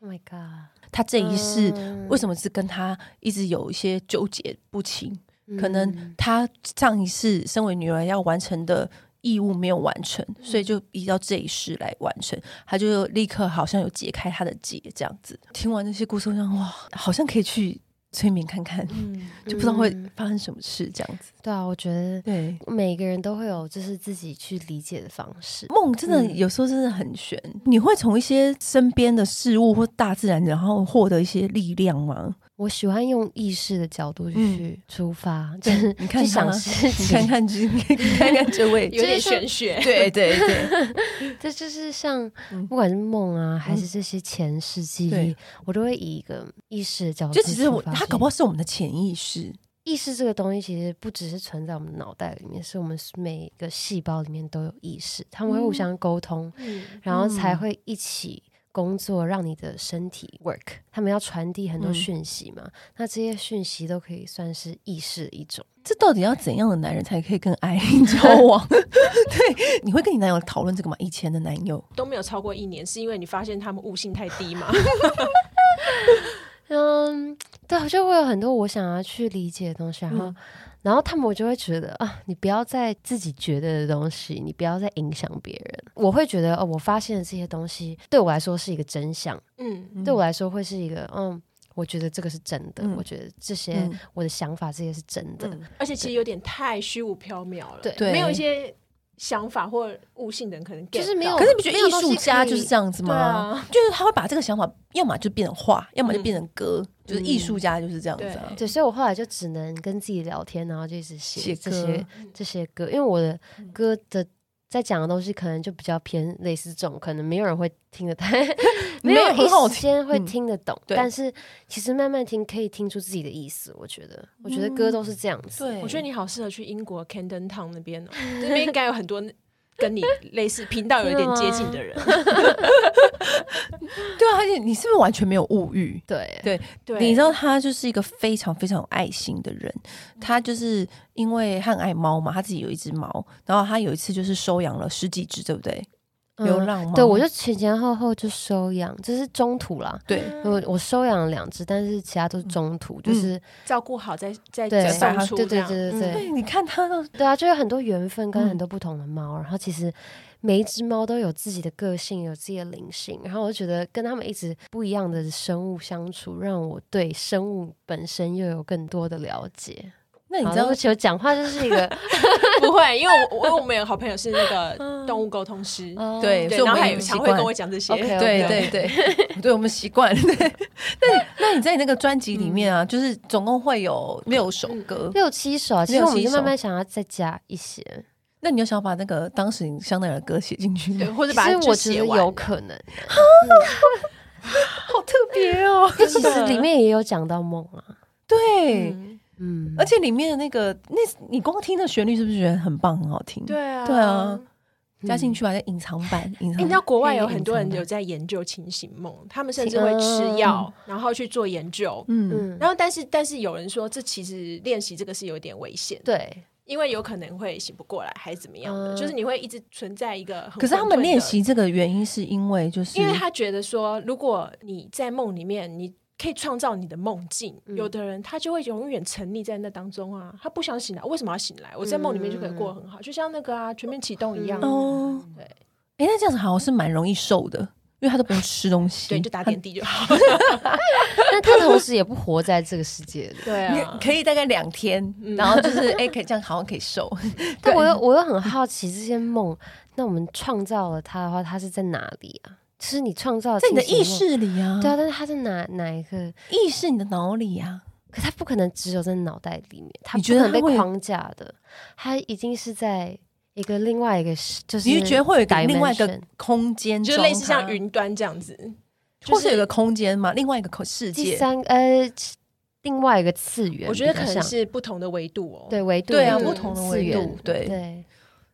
[SPEAKER 3] ，Oh my god，
[SPEAKER 1] 他这一世
[SPEAKER 3] 嗯
[SPEAKER 1] 为什么是跟他一直有一些纠结不清？可能
[SPEAKER 3] 嗯
[SPEAKER 1] 他上一世身为女儿要完成的义务没有完成，
[SPEAKER 3] 嗯
[SPEAKER 1] 所以就移到这一世来完成。他就立刻好像有解开他的结这样子。听完那些故事，我想哇，好像可以去催眠看看，
[SPEAKER 2] 嗯，
[SPEAKER 1] 就不知道会
[SPEAKER 3] 嗯
[SPEAKER 1] 发生什么事这样子。
[SPEAKER 3] 对啊，我觉得
[SPEAKER 1] 对，
[SPEAKER 3] 每个人都会有就是自己去理解的方式。
[SPEAKER 1] 梦真的
[SPEAKER 3] 嗯
[SPEAKER 1] 有时候真的很悬。你会从一些身边的事物或大自然，然后获得一些力量吗？
[SPEAKER 3] 我喜欢用意识的角度
[SPEAKER 1] 嗯
[SPEAKER 3] 去出发，就是
[SPEAKER 1] 你 看
[SPEAKER 3] 去
[SPEAKER 1] 他
[SPEAKER 3] 想事
[SPEAKER 1] 你
[SPEAKER 3] 情
[SPEAKER 1] 看。 看这，看看这位，
[SPEAKER 2] 有
[SPEAKER 3] 就是
[SPEAKER 2] 点
[SPEAKER 3] 像
[SPEAKER 2] 玄学。
[SPEAKER 1] 对对对，
[SPEAKER 3] 这就是像
[SPEAKER 1] 嗯
[SPEAKER 3] 不管是梦啊，还是这些前世记忆
[SPEAKER 1] 对，
[SPEAKER 3] 我都会以一个意识的角 度
[SPEAKER 1] 就
[SPEAKER 3] 出发去。
[SPEAKER 1] 其实我他搞不好是我们的潜意识，
[SPEAKER 3] 意识这个东西其实不只是存在我们脑袋里面，是我们每个细胞里面都有意识，他们会互相沟通，
[SPEAKER 2] 嗯
[SPEAKER 3] 然后才会一起工作，让你的身体 work。他们要传递
[SPEAKER 1] 嗯
[SPEAKER 3] 很多讯息嘛，那这些讯息都可以算是意识的一种。
[SPEAKER 1] 这到底要怎样的男人才可以跟爱人 交往？对，你会跟你男友讨论这个吗？以前的男友，
[SPEAKER 2] 都没有超过一年，是因为你发现他们悟性太低 嘛？
[SPEAKER 3] 嗯，对，就会有很多我想要去理解的东西，然
[SPEAKER 1] 嗯
[SPEAKER 3] 后，然后他们我就会觉得啊，你不要再自己觉得的东西，你不要再影响别人。我会觉得哦，我发现的这些东西对我来说是一个真相，
[SPEAKER 2] 嗯，
[SPEAKER 3] 对我来说会是一个嗯，我觉得这个是真的，
[SPEAKER 1] 嗯
[SPEAKER 3] 我觉得这些、
[SPEAKER 1] 嗯
[SPEAKER 3] 我的想法这些是真的，
[SPEAKER 1] 嗯
[SPEAKER 2] 而且其实有点太虚无缥缈了，
[SPEAKER 3] 对
[SPEAKER 1] 对
[SPEAKER 2] 没有一些想法或悟性的人可能 get
[SPEAKER 3] 就是没有
[SPEAKER 2] 到
[SPEAKER 1] 可是你不觉得
[SPEAKER 3] 没有
[SPEAKER 1] 艺
[SPEAKER 3] 东西
[SPEAKER 1] 术家
[SPEAKER 3] 可以
[SPEAKER 1] 就是这样子
[SPEAKER 2] 对
[SPEAKER 1] 吗？
[SPEAKER 2] 啊，
[SPEAKER 1] 就是他会把这个想法，要么就变成画，要么就
[SPEAKER 2] 嗯
[SPEAKER 1] 变成歌，就是艺术家就是这样子、啊。
[SPEAKER 3] 对，所以我后来就只能跟自己聊天，然后就一直写
[SPEAKER 1] 写
[SPEAKER 3] 这
[SPEAKER 1] 歌嗯
[SPEAKER 3] 些这些歌，因为我的歌的在讲的东西可能就比较偏类似这种，可能没有人会听得太，
[SPEAKER 1] 没有
[SPEAKER 3] 有
[SPEAKER 1] 很好
[SPEAKER 3] 一时间会
[SPEAKER 1] 嗯
[SPEAKER 3] 听得懂，
[SPEAKER 1] 对
[SPEAKER 3] 但是其实慢慢听可以听出自己的意思。我觉得，我觉得歌都是这样子，
[SPEAKER 1] 对
[SPEAKER 2] 我觉得你好适合去英国 Camden Town 那 边哦，那边应该有很多 跟你类似频道有一点接近的人。
[SPEAKER 1] 对啊，而且你是不是完全没有物欲？
[SPEAKER 3] 对
[SPEAKER 1] 对，
[SPEAKER 2] 对，
[SPEAKER 1] 你知道他就是一个非常非常有爱心的人，
[SPEAKER 2] 嗯
[SPEAKER 1] 他就是因为他很爱猫嘛，他自己有一只猫，然后他有一次就是收养了十几只，对不对？
[SPEAKER 3] 嗯
[SPEAKER 1] 流浪猫。
[SPEAKER 3] 对，我就前前后后就收养，这是中途啦。
[SPEAKER 1] 对
[SPEAKER 2] 嗯
[SPEAKER 3] 我我收养了两只，但是其他都是中途，
[SPEAKER 1] 嗯
[SPEAKER 3] 嗯就是、
[SPEAKER 2] 照顾好再再
[SPEAKER 3] 对
[SPEAKER 2] 再送出
[SPEAKER 3] 对
[SPEAKER 2] 这
[SPEAKER 3] 对
[SPEAKER 2] 样，
[SPEAKER 3] 对对
[SPEAKER 2] 嗯
[SPEAKER 3] 对，
[SPEAKER 1] 对，你看他都
[SPEAKER 3] 对啊，就有很多缘分跟
[SPEAKER 1] 嗯
[SPEAKER 3] 很多不同的猫，然后其实每一只猫都有自己的个性，有自己的灵性，然后我就觉得跟它们一直不一样的生物相处，让我对生物本身又有更多的了解。
[SPEAKER 1] 那你
[SPEAKER 3] 好
[SPEAKER 1] 知
[SPEAKER 3] 了
[SPEAKER 1] 道
[SPEAKER 3] 我觉得讲话就是一个，
[SPEAKER 2] 不会，因为我我因为我们有好朋友是那个动物沟通师，
[SPEAKER 3] 哦
[SPEAKER 1] 对
[SPEAKER 2] 对，
[SPEAKER 1] 所以我
[SPEAKER 2] 然
[SPEAKER 1] 们
[SPEAKER 2] 后他
[SPEAKER 1] 也
[SPEAKER 2] 也
[SPEAKER 1] 有
[SPEAKER 2] 常
[SPEAKER 1] 习
[SPEAKER 2] 会
[SPEAKER 1] 惯
[SPEAKER 2] 跟我讲这些。
[SPEAKER 3] OK，OK
[SPEAKER 1] 对对对， 对我们习惯。对，那那你在你那个专辑里面
[SPEAKER 2] 嗯
[SPEAKER 1] 啊，就是总共会有六首歌，
[SPEAKER 3] 六七首啊，其实
[SPEAKER 1] 六
[SPEAKER 3] 我们
[SPEAKER 1] 七
[SPEAKER 3] 就慢
[SPEAKER 1] 首
[SPEAKER 3] 慢想要再加一些，
[SPEAKER 1] 那你有想把那个当时你香奈儿的歌写进去
[SPEAKER 2] 对，
[SPEAKER 1] 吗？
[SPEAKER 2] 或者
[SPEAKER 3] 其
[SPEAKER 2] 把它
[SPEAKER 3] 实我
[SPEAKER 2] 就
[SPEAKER 3] 觉
[SPEAKER 2] 写
[SPEAKER 3] 得
[SPEAKER 2] 完
[SPEAKER 3] 有可能，
[SPEAKER 1] 好特别哦！
[SPEAKER 3] 这其实里面也有讲到梦啊，
[SPEAKER 1] 对，
[SPEAKER 2] 嗯
[SPEAKER 3] 嗯，
[SPEAKER 1] 而且里面的那个，那你光听那旋律是不是觉得很棒、很好听？
[SPEAKER 2] 对，啊，
[SPEAKER 1] 对啊。
[SPEAKER 3] 嗯
[SPEAKER 1] 加进去吧，在隐藏版，隐
[SPEAKER 2] 哎
[SPEAKER 1] 藏
[SPEAKER 2] 你知道
[SPEAKER 1] 版。
[SPEAKER 2] 国外有很多人有在研究清醒梦，他们甚至会吃药，然后去做研究。
[SPEAKER 1] 嗯，
[SPEAKER 3] 嗯，
[SPEAKER 2] 然后，但是但是有人说，这其实练习这个是有点危险，
[SPEAKER 3] 对，
[SPEAKER 2] 因为有可能会醒不过来，还是怎么样的，
[SPEAKER 3] 嗯
[SPEAKER 2] 就是你会一直存在一个很混沌的。
[SPEAKER 1] 可是他们练习这个原因是因为就是
[SPEAKER 2] 因为他觉得说，如果你在梦里面，你可以创造你的梦境。
[SPEAKER 3] 嗯
[SPEAKER 2] 有的人他就会永远沉溺在那当中啊，他不想醒来，为什么要醒来？我在梦里面就可以过得很好，就像那个啊，全面启动一样。
[SPEAKER 1] 嗯
[SPEAKER 3] 嗯
[SPEAKER 1] 哦，
[SPEAKER 2] 对
[SPEAKER 1] 哎，那这样子好像是蛮容易瘦的，因为他都不用吃东西，
[SPEAKER 2] 对，你就打点滴就好。
[SPEAKER 3] 但他同时也不活在这个世界 里。
[SPEAKER 2] 对
[SPEAKER 1] 你
[SPEAKER 2] 啊，
[SPEAKER 1] 可以大概两天，然后就是哎，可以这样好像可以瘦。
[SPEAKER 3] 但我又我又很好奇这些梦，那我们创造了它的话，它是在哪里啊？就是你创造
[SPEAKER 1] 在你的
[SPEAKER 3] 清
[SPEAKER 1] 意
[SPEAKER 3] 醒梦，
[SPEAKER 1] 识里啊，
[SPEAKER 3] 对啊，但是它是哪哪一个？
[SPEAKER 1] 意识你的脑里啊，
[SPEAKER 3] 可它不可能只有在脑袋里面，它
[SPEAKER 1] 你
[SPEAKER 3] 不
[SPEAKER 1] 觉
[SPEAKER 3] 可
[SPEAKER 1] 得
[SPEAKER 3] 能
[SPEAKER 1] 它
[SPEAKER 3] 被
[SPEAKER 1] 会
[SPEAKER 3] 框架的，它一定是在一个另外一个世，就是
[SPEAKER 1] 你就觉得会有一个另外一
[SPEAKER 3] dimension
[SPEAKER 1] 个空间
[SPEAKER 2] 就
[SPEAKER 1] 装
[SPEAKER 2] 是
[SPEAKER 1] 它，
[SPEAKER 2] 类似像云端这样子。
[SPEAKER 1] 或是有个空间嘛，另外一个空世
[SPEAKER 3] 第
[SPEAKER 1] 界。
[SPEAKER 3] 三呃另外一个次元比较像，
[SPEAKER 2] 我觉得可能是不同的维度哦。
[SPEAKER 3] 对维度
[SPEAKER 1] 对啊，
[SPEAKER 2] 嗯
[SPEAKER 1] 不同的
[SPEAKER 3] 次
[SPEAKER 1] 维
[SPEAKER 3] 元
[SPEAKER 1] 度，对，
[SPEAKER 3] 对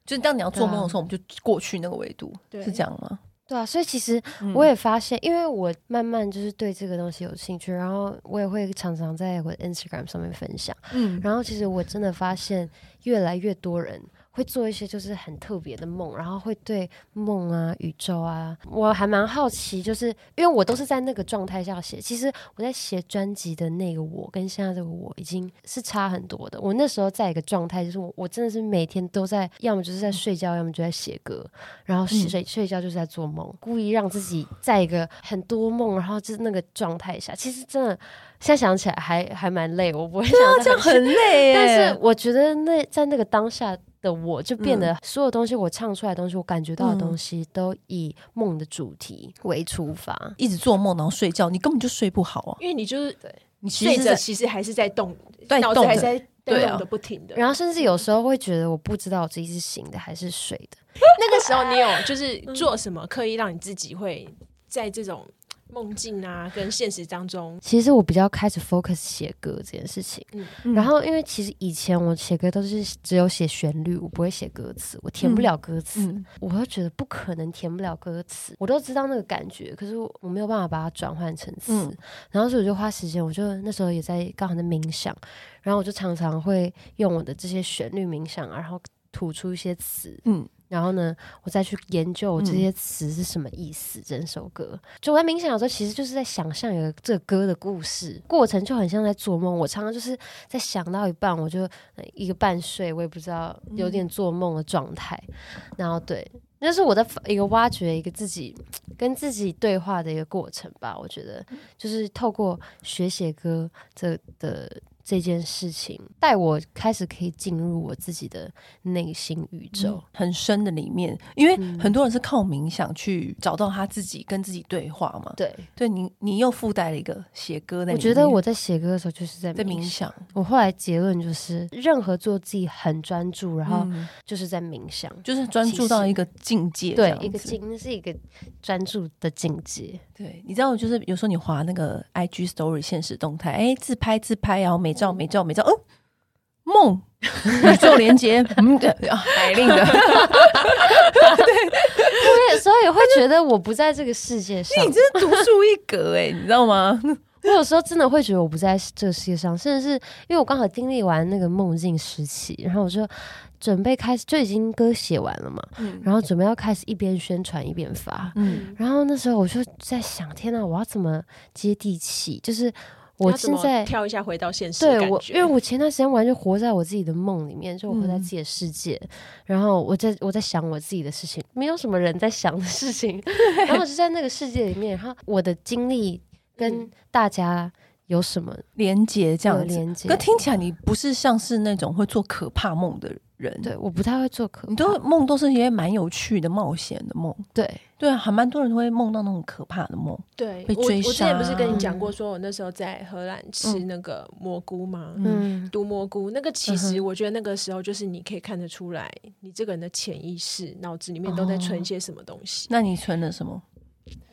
[SPEAKER 1] 就是当你要做梦的时候，我们就过去那个维度，
[SPEAKER 2] 对
[SPEAKER 1] 是这样吗？
[SPEAKER 3] 对啊，所以其实
[SPEAKER 1] 嗯
[SPEAKER 3] 我也发现，因为我慢慢就是对这个东西有兴趣，然后我也会常常在我的 Instagram 上面分享。
[SPEAKER 1] 嗯，
[SPEAKER 3] 然后其实我真的发现，越来越多人会做一些就是很特别的梦，然后会对梦啊、宇宙啊，我还蛮好奇，就是因为我都是在那个状态下写。其实我在写专辑的那个我跟现在这个我已经是差很多的。我那时候在一个状态，就是我我真的是每天都在，要么就是在睡觉，要么就在写歌，然后睡、睡觉就是在做梦，故意让自己在一个很多梦，然后就是那个状态下，其实真的。现在想起来还还蛮累，我不会想
[SPEAKER 1] 啊这
[SPEAKER 3] 再
[SPEAKER 1] 样
[SPEAKER 3] 回去
[SPEAKER 1] 很累耶，
[SPEAKER 3] 但是我觉得那在那个当下的我，就变
[SPEAKER 1] 嗯
[SPEAKER 3] 得所有东西我唱出来的东西，我感觉到的东西，都以梦的主题为出发。
[SPEAKER 1] 一直做梦然后睡觉，你根本就睡不好啊，
[SPEAKER 2] 因为你就是
[SPEAKER 1] 你其
[SPEAKER 2] 睡
[SPEAKER 1] 实是
[SPEAKER 2] 着，
[SPEAKER 1] 在
[SPEAKER 2] 其实还是在动，
[SPEAKER 1] 在
[SPEAKER 2] 脑
[SPEAKER 1] 动
[SPEAKER 2] 子还
[SPEAKER 1] 的。
[SPEAKER 2] 是在
[SPEAKER 1] 对啊
[SPEAKER 2] 动的不停的。
[SPEAKER 3] 然后甚至有时候会觉得我不知道我自己是醒的还是睡的，
[SPEAKER 2] 那个时候你有就是做什么刻意让你自己会在这种梦境啊，跟现实当中，
[SPEAKER 3] 其实我比较开始 focus 写歌这件事情。
[SPEAKER 2] 嗯，
[SPEAKER 3] 然后，因为其实以前我写歌都是只有写旋律，我不会写歌词，我填不了歌词，
[SPEAKER 1] 嗯
[SPEAKER 3] 我会觉得不可能填不了歌词，我都知道那个感觉，可是我没有办法把它转换成词。
[SPEAKER 1] 嗯
[SPEAKER 3] 然后所以我就花时间，我就那时候也在刚好在冥想，然后我就常常会用我的这些旋律冥想啊，然后吐出一些词，
[SPEAKER 1] 嗯
[SPEAKER 3] 然后呢，我再去研究我这些词是什么意思，整首歌。就我在冥想的时候，其实就是在想象有这个歌的故事，过程就很像在做梦。我常常就是在想到一半，我就呃一个半睡，我也不知道，有点做梦的状态。然后对，那是我的一个挖掘一个自己跟自己对话的一个过程吧。我觉得就是透过学写歌这的。这件事情带我开始可以进入我自己的内心宇宙，
[SPEAKER 1] 很深的里面，因为
[SPEAKER 3] 嗯
[SPEAKER 1] 很多人是靠冥想去找到他自己跟自己对话嘛。
[SPEAKER 3] 对，
[SPEAKER 1] 对你，你又附带了一个写歌在里面。
[SPEAKER 3] 我觉得我在写歌的时候就是在
[SPEAKER 1] 在冥
[SPEAKER 3] 冥想。
[SPEAKER 1] 想，
[SPEAKER 3] 我后来结论就是，任何做自己很专注，然后
[SPEAKER 1] 嗯
[SPEAKER 3] 就是在冥想。
[SPEAKER 1] 就是专注到一个境界，这
[SPEAKER 3] 对
[SPEAKER 1] 样，子
[SPEAKER 3] 一个境，那是一个专注的境界。
[SPEAKER 1] 对，你知道，就是有时候你滑那个 IG Story 现实动态，哎，自拍自拍，然后美照美照美照，嗯，梦 宇宙连接，嗯，对啊，海令的，
[SPEAKER 3] 我有时候也会觉得我不在这个世界上，
[SPEAKER 1] 你真是独树一格哎、你知道吗？
[SPEAKER 3] 我有时候真的会觉得我不在这个世界上，甚至是因为我刚好经历完那个梦境时期，然后我就准备开始就已经歌写完了嘛，
[SPEAKER 2] 嗯
[SPEAKER 3] 然后准备要开始一边宣传一边发，
[SPEAKER 1] 嗯，
[SPEAKER 3] 然后那时候我就在想，天哪，我要怎么接地气？就是我
[SPEAKER 2] 要怎
[SPEAKER 3] 现
[SPEAKER 2] 么
[SPEAKER 3] 在
[SPEAKER 2] 跳一下回到现实的感
[SPEAKER 3] 对
[SPEAKER 2] 觉，
[SPEAKER 3] 我，因为我前段时间完全活在我自己的梦里面，就我活在
[SPEAKER 1] 嗯
[SPEAKER 3] 自己的世界，然后我在我在想我自己的事情，没有什么人在想的事情，然后我就在那个世界里面，然后我的经历跟
[SPEAKER 2] 嗯
[SPEAKER 3] 大家有什么
[SPEAKER 1] 连接这
[SPEAKER 3] 有
[SPEAKER 1] 样子，
[SPEAKER 3] 连接？
[SPEAKER 1] 可听起来你不是像是那种会做可怕梦的人，
[SPEAKER 3] 对，我不太会做可
[SPEAKER 1] 你都梦都是一些蛮有趣的冒险的梦，
[SPEAKER 3] 对，
[SPEAKER 1] 对啊，还蛮多人都会梦到那种可怕的梦，
[SPEAKER 2] 对
[SPEAKER 1] 被
[SPEAKER 2] 我
[SPEAKER 1] 追
[SPEAKER 2] 我之前不是
[SPEAKER 3] 嗯
[SPEAKER 2] 跟你
[SPEAKER 1] 杀
[SPEAKER 2] 讲过，说我那时候在荷兰吃那个蘑菇吗？
[SPEAKER 3] 嗯
[SPEAKER 2] 毒蘑菇那个，其
[SPEAKER 1] 嗯
[SPEAKER 2] 实我觉得那个时候就是你可以看得出来，你这个人的潜意识、脑子里面都在
[SPEAKER 3] 哦
[SPEAKER 2] 存些什么东西。
[SPEAKER 1] 那你存了什么？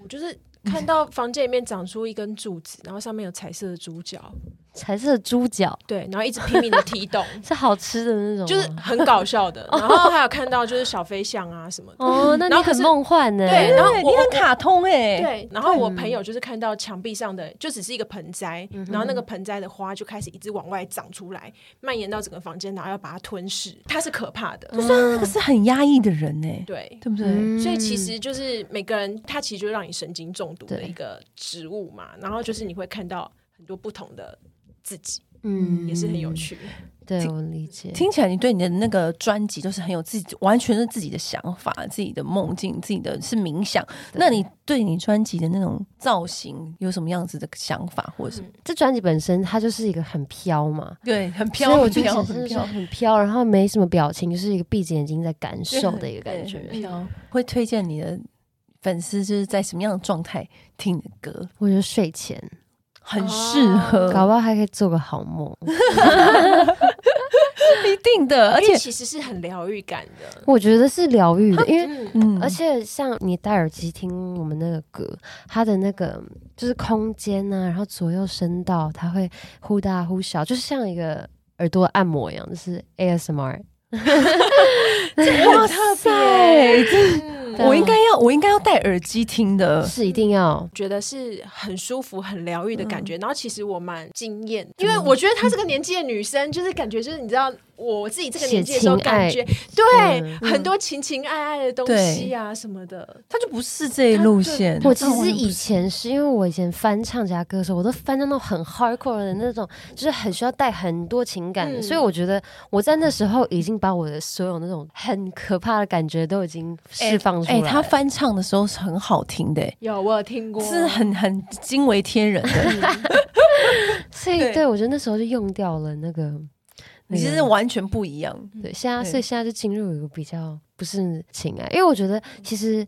[SPEAKER 2] 我就是看到房间里面长出一根柱子，然后上面有彩色的猪脚，
[SPEAKER 3] 彩色的猪脚
[SPEAKER 2] 对，然后一直拼命的踢动，
[SPEAKER 3] 是好吃的那种吗，
[SPEAKER 2] 就是很搞笑的。然后还有看到就是小飞象啊什么的，
[SPEAKER 3] 哦，那你
[SPEAKER 2] 然后可
[SPEAKER 3] 很
[SPEAKER 2] 是
[SPEAKER 3] 梦幻呢、
[SPEAKER 2] 对然后
[SPEAKER 1] 对
[SPEAKER 2] 我
[SPEAKER 1] 你哦很卡通哎、
[SPEAKER 2] 对，然后我
[SPEAKER 3] 嗯
[SPEAKER 2] 朋友就是看到墙壁上的，就只是一个盆栽，然后那个
[SPEAKER 3] 嗯
[SPEAKER 2] 盆栽的花就开始一直往外长出来，蔓延到整个房间，然后要把它吞噬，它是可怕的，
[SPEAKER 1] 对，那个是很压抑的人哎、
[SPEAKER 2] 对。
[SPEAKER 1] 对不对？
[SPEAKER 3] 嗯
[SPEAKER 2] 所以其实就是每个人，他其实就是让你神经中毒的
[SPEAKER 3] 对
[SPEAKER 2] 一个植物嘛，然后就是你会看到很多不同的自己，
[SPEAKER 3] 嗯
[SPEAKER 2] 也是很有。趣。
[SPEAKER 3] 对，
[SPEAKER 1] 听
[SPEAKER 3] 我理解。
[SPEAKER 1] 听起来你对你的那个专辑都是很有自己，完全是自己的想法、自己的梦境、自己的是冥想。那你对你专辑的那种造型有什么样子的想法，或者是、
[SPEAKER 3] 这专辑本身它就是一个很飘嘛，
[SPEAKER 1] 对很
[SPEAKER 3] 所以
[SPEAKER 1] 飘
[SPEAKER 3] 我
[SPEAKER 1] 很
[SPEAKER 3] 就
[SPEAKER 1] 飘
[SPEAKER 3] 只
[SPEAKER 1] 很
[SPEAKER 3] 是说
[SPEAKER 1] 飘
[SPEAKER 3] 很飘，然后没什么表情，就是一个闭着眼睛在感受的一个感觉。
[SPEAKER 1] 对很飘会推荐你的粉丝就是在什么样的状态听你的歌，
[SPEAKER 3] 我觉得睡前，
[SPEAKER 1] 很适
[SPEAKER 2] 呃
[SPEAKER 1] 合，
[SPEAKER 3] 哦搞不好还可以做个好梦。
[SPEAKER 1] 一定的，而
[SPEAKER 2] 因为
[SPEAKER 1] 且
[SPEAKER 2] 其实是很疗愈感的，
[SPEAKER 3] 我觉得是疗愈的，因为。
[SPEAKER 2] 嗯，
[SPEAKER 1] 嗯
[SPEAKER 3] 而且像你戴耳机听我们那个歌，它的那个就是空间啊，然后左右声道，它会忽大忽小，就是像一个耳朵按摩一样，就是 ASMR。
[SPEAKER 1] 哇塞，这
[SPEAKER 3] 对啊
[SPEAKER 1] 嗯我应该嗯要我应该要戴耳机听的，
[SPEAKER 3] 是一定要
[SPEAKER 2] 觉得是很舒服、很疗愈的
[SPEAKER 3] 嗯
[SPEAKER 2] 感觉。然后其实我蛮惊艳，因为我觉得她这个年纪的女生，就是感觉就是你知道我自己这个年纪的时候，
[SPEAKER 3] 写情爱
[SPEAKER 2] 感觉对、
[SPEAKER 3] 嗯
[SPEAKER 2] 很多情情爱爱的东西啊什么的。
[SPEAKER 1] 他就不是这一路线。
[SPEAKER 3] 我其
[SPEAKER 1] 那完
[SPEAKER 3] 实
[SPEAKER 1] 全不
[SPEAKER 3] 以
[SPEAKER 1] 是
[SPEAKER 3] 前是因为我以前翻唱家歌的时候，我都翻唱到很 hardcore 的那种，就是很需要带很多情感的，
[SPEAKER 2] 嗯
[SPEAKER 3] 所以我觉得我在那时候已经把我的所有那种很可怕的感觉都已经释放出来
[SPEAKER 1] 哎、
[SPEAKER 3] 了。
[SPEAKER 1] 他翻唱的时候是很好听的、哎
[SPEAKER 2] 有，我有听过，嗯
[SPEAKER 1] 是很很惊为天人 的，
[SPEAKER 3] 所以
[SPEAKER 1] 对
[SPEAKER 3] 对我觉得那时候就用掉了那个，那
[SPEAKER 1] 你
[SPEAKER 3] 个
[SPEAKER 1] 其实完全不一样。
[SPEAKER 3] 对，现在
[SPEAKER 1] 对
[SPEAKER 3] 所以现在就进入一个比较不是情爱，因为我觉得
[SPEAKER 1] 嗯
[SPEAKER 3] 其实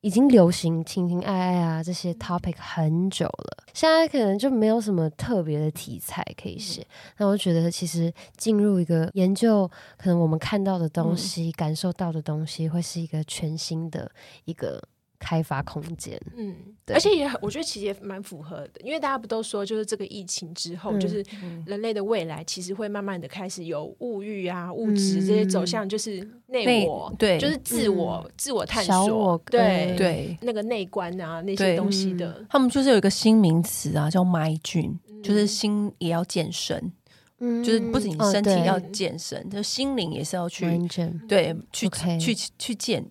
[SPEAKER 3] 已经流行情情爱爱啊这
[SPEAKER 1] 嗯
[SPEAKER 3] 些 topic 很久了，现在可能就没有什么特别的题材可以写。
[SPEAKER 1] 嗯
[SPEAKER 3] 那我觉得其实进入一个研究，可
[SPEAKER 1] 嗯
[SPEAKER 3] 能我们看到的东西、感受到的东西，会是一个全新的一个开发空间。
[SPEAKER 2] 嗯，
[SPEAKER 3] 对
[SPEAKER 2] 而且也很我觉得其实也蛮符合的，因为大家不都说，就是这个疫情之后，
[SPEAKER 3] 嗯
[SPEAKER 2] 就是人类的未来其实会慢慢的开始有物欲啊、物质这些
[SPEAKER 3] 嗯
[SPEAKER 2] 走向，就是内
[SPEAKER 1] 内
[SPEAKER 2] 我，
[SPEAKER 1] 对
[SPEAKER 2] 就是自我、自我探
[SPEAKER 3] 小
[SPEAKER 2] 索，
[SPEAKER 3] 我
[SPEAKER 2] 对
[SPEAKER 3] 嗯
[SPEAKER 1] 对，
[SPEAKER 2] 那个内观啊那些
[SPEAKER 1] 对
[SPEAKER 2] 东西的，
[SPEAKER 1] 他们就是有一个新名词啊，叫 “my 菌”，
[SPEAKER 2] 嗯
[SPEAKER 1] 就是心也要健身，
[SPEAKER 3] 嗯
[SPEAKER 1] 就是不仅身体要
[SPEAKER 3] 哦
[SPEAKER 1] 健身，就心灵也是要
[SPEAKER 3] 对
[SPEAKER 1] 去
[SPEAKER 3] 完全
[SPEAKER 1] 对，去
[SPEAKER 3] OK
[SPEAKER 1] 去去见，